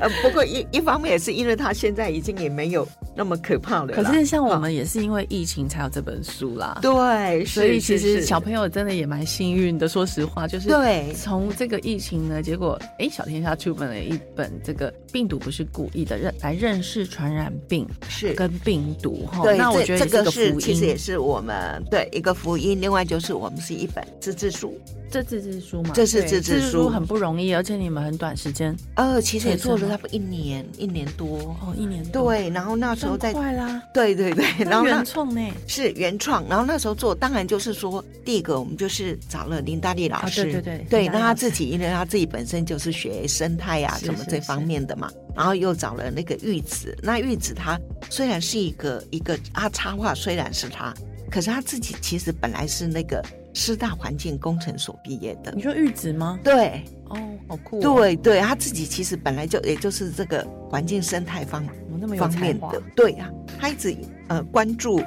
Speaker 2: 呃不过一一方面也是因为它现在已经也没有那么可怕了啦。嗯
Speaker 1: 可是像我们也是因为疫情才有这本书啦，
Speaker 2: 对，
Speaker 1: 所以其
Speaker 2: 是
Speaker 1: 实
Speaker 2: 是
Speaker 1: 小朋友真的也蛮幸运的。说实话，就是
Speaker 2: 对
Speaker 1: 从这个疫情呢，结果哎，小天下出版了一本这个病毒不是故意的认来认识传染病
Speaker 2: 是
Speaker 1: 跟病毒哈。
Speaker 2: 对，
Speaker 1: 那我觉
Speaker 2: 这
Speaker 1: 得
Speaker 2: 这
Speaker 1: 也
Speaker 2: 个
Speaker 1: 是一
Speaker 2: 是
Speaker 1: 个福
Speaker 2: 其实也
Speaker 1: 音。
Speaker 2: 是我们对一个福音，另外就是我们是一本自制书，
Speaker 1: 这自制书嘛，
Speaker 2: 这是
Speaker 1: 对
Speaker 2: 自制
Speaker 1: 制
Speaker 2: 书
Speaker 1: 书很不容易，而且你们很短时间
Speaker 2: 呃，其实也
Speaker 1: 对
Speaker 2: 做
Speaker 1: 是
Speaker 2: 了
Speaker 1: 吗
Speaker 2: 差不多一年一年多，
Speaker 1: 哦，一年多，
Speaker 2: 对，然后那时候
Speaker 1: 算
Speaker 2: 在
Speaker 1: 快啦，
Speaker 2: 对对对，然
Speaker 1: 那
Speaker 2: 后
Speaker 1: 原
Speaker 2: 那
Speaker 1: 创呢？
Speaker 2: 是原创，然后那时候做，当然就是说，第一个我们就是找了林大利老
Speaker 1: 啊
Speaker 2: 师，
Speaker 1: 对对对林大利
Speaker 2: 那
Speaker 1: 老
Speaker 2: 他
Speaker 1: 师
Speaker 2: 自己因为他自己本身就是学生态啊
Speaker 1: 是
Speaker 2: 什么
Speaker 1: 是
Speaker 2: 这方
Speaker 1: 是
Speaker 2: 面的嘛，然后又找了那个玉子，那玉子她虽然是一个一个啊插画虽然是她，可是她自己其实本来是那个师大环境工程所毕业的
Speaker 1: 你，说玉子吗？
Speaker 2: 对
Speaker 1: 哦，好酷、哦，，
Speaker 2: 对对，她自己其实本来就也就是这个环境生态方
Speaker 1: 怎么那么有
Speaker 2: 方
Speaker 1: 才
Speaker 2: 面
Speaker 1: 华
Speaker 2: 的？，对呀、他一直呃关注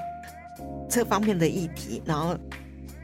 Speaker 2: 这方面的议题，然后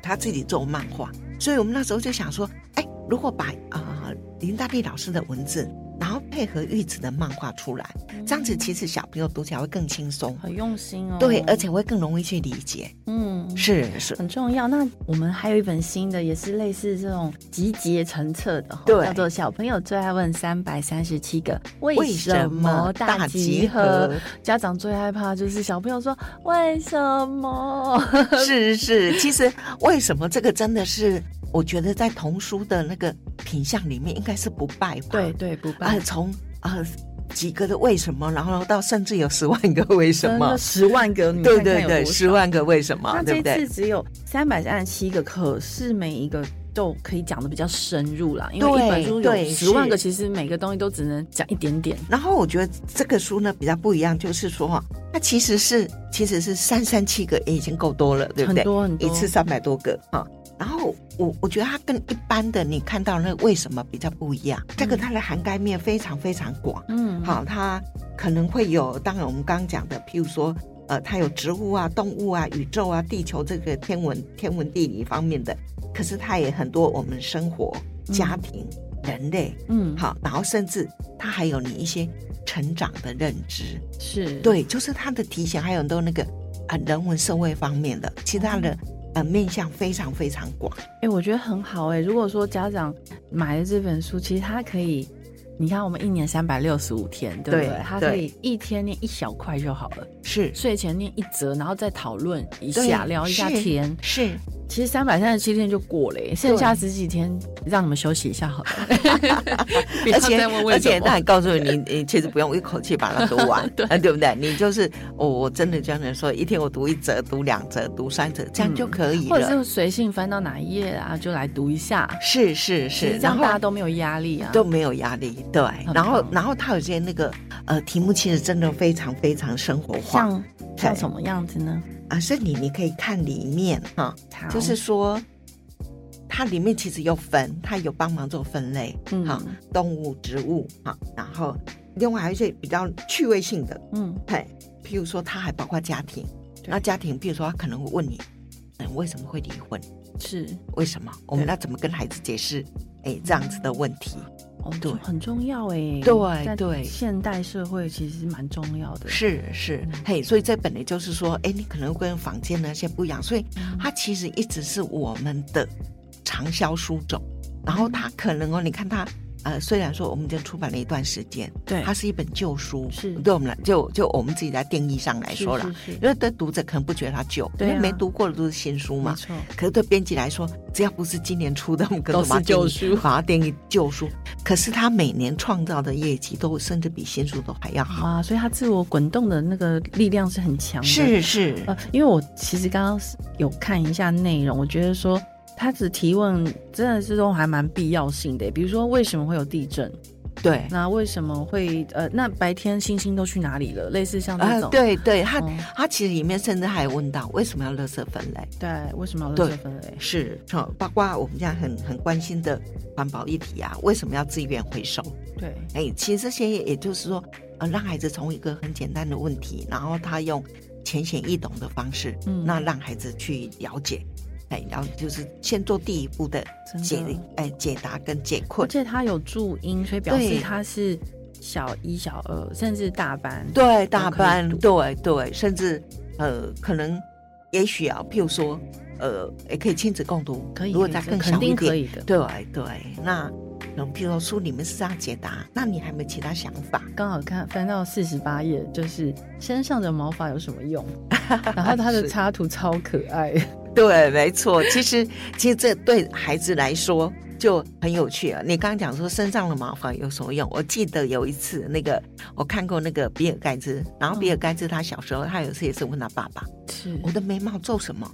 Speaker 2: 他自己做漫画，所以我们那时候就想说，哎，如果把啊、呃林大利老师的文字然后配合玉子的漫画出来，这样子其实小朋友读起来会更轻松，
Speaker 1: 嗯很用心哦。
Speaker 2: 对，而且会更容易去理解。
Speaker 1: 嗯，
Speaker 2: 是 是，
Speaker 1: 很重要。那我们还有一本新的，也是类似这种集结成册的哦，
Speaker 2: 对
Speaker 1: 叫做《小朋友最爱问三百三十七个
Speaker 2: 为
Speaker 1: 为
Speaker 2: 什
Speaker 1: 什
Speaker 2: 么
Speaker 1: 么
Speaker 2: 大
Speaker 1: 大
Speaker 2: 集
Speaker 1: 集
Speaker 2: 合
Speaker 1: 合》。家长最害怕就是小朋友说为什么，
Speaker 2: 是是，其实为什么这个真的是，我觉得在童书的那个品相里面应该是不败 吧？
Speaker 1: 对对，不办
Speaker 2: 啊，从啊几个的为什么，然后到甚至有十万个为什
Speaker 1: 真
Speaker 2: 么
Speaker 1: 的，十万个，你
Speaker 2: 对
Speaker 1: 看看
Speaker 2: 对
Speaker 1: 有
Speaker 2: 对，
Speaker 1: 多
Speaker 2: 十
Speaker 1: 少。啊
Speaker 2: 万个为什么
Speaker 1: 那，
Speaker 2: 对不
Speaker 1: 这
Speaker 2: 对
Speaker 1: 次？只有三百三十七个，可是每一个都可以讲的比较深入啦，因为
Speaker 2: 对
Speaker 1: 一本书
Speaker 2: 对
Speaker 1: 有十万
Speaker 2: 是
Speaker 1: 个，其实每个东西都只能讲一点点。
Speaker 2: 然后我觉得这个书呢比较不一样，就是说哈，它其实是其实是三三七个也已经够多了，对不
Speaker 1: 很
Speaker 2: 对？
Speaker 1: 多很多嗯
Speaker 2: 一次三百多个啊。然后我我觉得它跟一般的你看到那个为什么比较不一样，这个它的涵盖面非常非常广。
Speaker 1: 嗯，
Speaker 2: 好，它可能会有，当然我们刚刚讲的，譬如说，呃，它有植物啊、动物啊、宇宙啊、地球这个天文、天文地理方面的，可是它也很多我们生活、家庭、人类，
Speaker 1: 嗯，
Speaker 2: 好，然后甚至它还有你一些成长的认知，
Speaker 1: 是，
Speaker 2: 对，就是它的提醒，还有很多那个啊、人文社会方面的，其他的
Speaker 1: 嗯
Speaker 2: 呃面向非常非常广，
Speaker 1: 哎、我觉得很好哎、如果说家长买了这本书，其实他可以，你看我们一年三百六十五天，对不对？
Speaker 2: 对
Speaker 1: 他
Speaker 2: 对
Speaker 1: 可以一天念一小块就好了，
Speaker 2: 是
Speaker 1: 睡前念一则，然后再讨论一
Speaker 2: 对
Speaker 1: 下，聊一下
Speaker 2: 是
Speaker 1: 天。
Speaker 2: 是，
Speaker 1: 其实三百三十七天就过了、欸，剩下十几天让你们休息一下好了。不要
Speaker 2: 而且
Speaker 1: 再问
Speaker 2: 而
Speaker 1: 为
Speaker 2: 且
Speaker 1: 什
Speaker 2: 他
Speaker 1: 么
Speaker 2: 还告诉 你，你其实不用一口气把它读完，对、对不对？你就是我、我真的这样人说，一天我读一则，读两则，读三则，这样就可以
Speaker 1: 或者
Speaker 2: 了。
Speaker 1: 是随性翻到哪一页啊，就来读一下，
Speaker 2: 是是
Speaker 1: 其
Speaker 2: 是，
Speaker 1: 实这
Speaker 2: 然
Speaker 1: 样
Speaker 2: 后
Speaker 1: 大家都没有压力啊。
Speaker 2: 都没有压力，对。然后
Speaker 1: 棒
Speaker 2: 然后他有些那个呃题目，其实真的非常非常生活化
Speaker 1: 像像什么样子呢？
Speaker 2: 啊，所以你你可以看里面哈、
Speaker 1: 好
Speaker 2: 就是说。它里面其实有分，它有帮忙做分类，
Speaker 1: 嗯
Speaker 2: 好，动物、植物，好，然后另外还有一些比较趣味性的，
Speaker 1: 嗯，
Speaker 2: 嘿，譬如说，他还包括家庭，那家庭，譬如说，他可能会问你，嗯，为什么会离婚？
Speaker 1: 是
Speaker 2: 为什么？我们要怎么跟孩子解释？哎，这样子的问题
Speaker 1: 哦，
Speaker 2: 对
Speaker 1: 就很重要哎，
Speaker 2: 对
Speaker 1: 在
Speaker 2: 对
Speaker 1: 现代社会其实蛮重要的，
Speaker 2: 是是，
Speaker 1: 嗯
Speaker 2: 嘿，所以这本来就是说，哎，你可能跟坊间那些不一样，所以
Speaker 1: 嗯
Speaker 2: 它其实一直是我们的畅销书种。然
Speaker 1: 嗯
Speaker 2: 后它可能哦，你看它，呃，虽然说我们已经出版了一段时间，
Speaker 1: 对
Speaker 2: 它是一本旧书，
Speaker 1: 是
Speaker 2: 对我们来就就我们自己在定义上来
Speaker 1: 是
Speaker 2: 说啦，
Speaker 1: 是是
Speaker 2: 因为对读者可能不觉得它旧，
Speaker 1: 对啊
Speaker 2: 因为没读过的都是新书
Speaker 1: 没
Speaker 2: 嘛。
Speaker 1: 错，
Speaker 2: 可是对编辑来说，只要不是今年出的，我们可能
Speaker 1: 都是旧
Speaker 2: 把它定义
Speaker 1: 书
Speaker 2: 把它定义旧书。可是他每年创造的业绩都甚至比新书都还要好。
Speaker 1: 啊哇，所以它自我滚动的那个力量是很强的，
Speaker 2: 是是，
Speaker 1: 呃，因为我其实刚刚是有看一下内容，我觉得说他只提问真的是都还蛮必要性的，比如说为什么会有地震，
Speaker 2: 对
Speaker 1: 那为什么会呃，那白天星星都去哪里了，类似像
Speaker 2: 啊
Speaker 1: 这，种，
Speaker 2: 对对，他
Speaker 1: 嗯
Speaker 2: 他其实里面甚至还问到为什么要垃圾分类。
Speaker 1: 对，为什么要垃
Speaker 2: 对
Speaker 1: 圾分类？
Speaker 2: 是，哦包括我们现在很很关心的环保议题啊，为什么要资源回收？
Speaker 1: 对，
Speaker 2: 哎，其实这些也就是说，呃，让孩子从一个很简单的问题，然后他用浅显易懂的方式，
Speaker 1: 嗯
Speaker 2: 那让孩子去了解，哎，然后就是先做第一步的
Speaker 1: 真的哦嗯
Speaker 2: 解，哎，解答跟解
Speaker 1: 而
Speaker 2: 困。
Speaker 1: 且他有注音，所以表
Speaker 2: 对
Speaker 1: 示他是小一、小二，甚至大班。
Speaker 2: 对，大
Speaker 1: 可以
Speaker 2: 班，
Speaker 1: 读
Speaker 2: 对对，甚至呃，可能也许啊，譬如说，呃，也可以亲子共读，
Speaker 1: 可以，
Speaker 2: 如果
Speaker 1: 可以
Speaker 2: 再
Speaker 1: 这
Speaker 2: 更
Speaker 1: 肯
Speaker 2: 小一
Speaker 1: 定可
Speaker 2: 点，
Speaker 1: 以的。
Speaker 2: 对对，那。嗯，譬如说书里面是这样解答，那你还没其他想法？
Speaker 1: 刚好看翻到四十八页，就是身上的毛发有什么用？ 然后它的
Speaker 2: 是
Speaker 1: 插图超可 爱，
Speaker 2: 对，没错。其实，其实这对孩子来说就很有趣啊。你刚刚讲说身上的毛发有什么用？我记得有一次，那个我看过那个比尔盖茨，然后比尔盖茨他小时候，他有一次也是问他爸爸
Speaker 1: 是：“
Speaker 2: 我的眉毛做什么？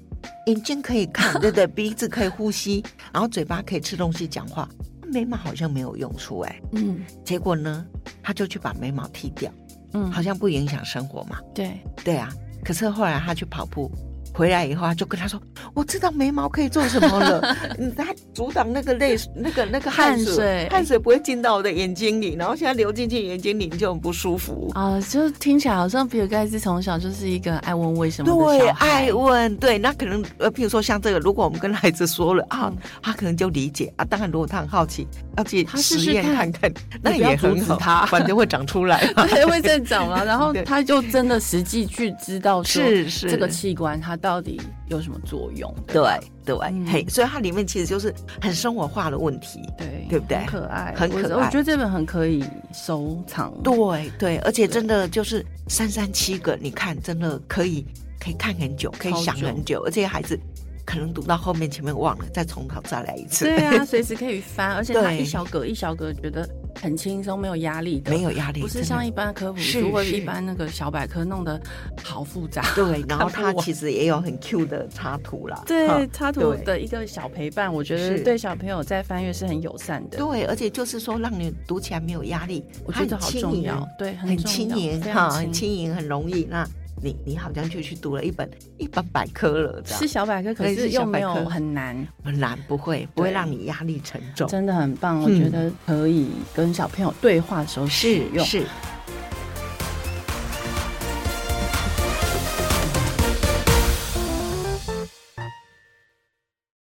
Speaker 2: 眼睛可以看，对不对？鼻子可以呼吸，然后嘴巴可以吃东西、讲话。眉毛好像没有用处哎、
Speaker 1: 嗯
Speaker 2: 结果呢，他就去把眉毛剃掉，
Speaker 1: 嗯
Speaker 2: 好像不影响生活嘛。
Speaker 1: 对，
Speaker 2: 对啊，可是后来他去跑步，回来以后啊，就跟他说，我知道眉毛可以做什 么了，嗯，它阻挡那个泪水，那个那个汗
Speaker 4: 汗水
Speaker 2: 水，汗水不会进到我的眼睛里，然后现在流进去眼睛里你就很不舒服。
Speaker 4: 啊、就听起来好像比尔盖茨从小就是一个爱问为什么的
Speaker 2: 对，
Speaker 4: 小孩，
Speaker 2: 爱问，对，那可能呃，譬如说像这个，如果我们跟孩子说了
Speaker 4: 嗯
Speaker 2: 啊，他可能就理解啊。当然，如果他很好奇，要去
Speaker 4: 他试
Speaker 2: 实
Speaker 4: 试
Speaker 2: 验
Speaker 4: 看
Speaker 2: 看看，那
Speaker 4: 不要
Speaker 2: 也
Speaker 4: 阻
Speaker 2: 很
Speaker 4: 止
Speaker 2: 好，
Speaker 4: 他
Speaker 2: 反正会长 出来嘛。
Speaker 1: 对，会这长嘛， 然后
Speaker 2: 对
Speaker 1: 他就真的实际去知道说
Speaker 2: 是是
Speaker 1: 这个
Speaker 4: 嗯
Speaker 1: 器官它到底有什么作用，
Speaker 2: 对
Speaker 1: 吧
Speaker 2: 对，
Speaker 4: 嗯
Speaker 2: 嘿，所以它里面其实就是很生活化的问题。
Speaker 1: 对
Speaker 2: 对不对
Speaker 1: 很可爱，
Speaker 2: 很可
Speaker 1: 我
Speaker 2: 爱
Speaker 1: 我觉得这本很可以收藏。
Speaker 2: 对对，而且真的就是三三七个，你看真的可以可以看很久，可以
Speaker 1: 超
Speaker 2: 想
Speaker 1: 久
Speaker 2: 很久，而且孩子可能读到后面前面忘了，再从头再来一次，
Speaker 1: 对啊，随时可以翻，而且它
Speaker 2: 对
Speaker 1: 一小格一小格，觉得很轻松，没有压力的，
Speaker 2: 没有压力，
Speaker 1: 不是
Speaker 2: 真的
Speaker 1: 像一般科普
Speaker 2: 是
Speaker 1: 书或者
Speaker 2: 是
Speaker 1: 一般那个小百科弄得好复杂。
Speaker 2: 对，然
Speaker 1: 看
Speaker 2: 后
Speaker 1: 不
Speaker 2: 它
Speaker 1: 完
Speaker 2: 其实也有很 Q 的插图啦，哈
Speaker 1: 对插图
Speaker 2: 对
Speaker 1: 的一个小陪伴，我觉得
Speaker 2: 是
Speaker 1: 对小朋友在翻阅是很友善的。
Speaker 2: 对，而且就是说让你读起来没有压力，
Speaker 1: 我觉得
Speaker 2: 它很
Speaker 1: 好
Speaker 2: 轻
Speaker 1: 重
Speaker 2: 盈
Speaker 1: 要，对，
Speaker 2: 很
Speaker 1: 重
Speaker 2: 轻
Speaker 1: 要
Speaker 2: 盈
Speaker 1: 非
Speaker 2: 哈，
Speaker 1: 常
Speaker 2: 很轻盈，很容易。那你你好像就去读了一本一本百科了，这样
Speaker 1: 是小百科，可
Speaker 2: 对
Speaker 1: 是
Speaker 2: 是小
Speaker 1: 又没有
Speaker 2: 百科
Speaker 1: 很难，
Speaker 2: 很难，不会不会
Speaker 1: 对
Speaker 2: 让你压力沉重，
Speaker 1: 真的很棒。我觉得可以跟小朋友对话的时候使
Speaker 2: 嗯是
Speaker 1: 用。
Speaker 2: 是，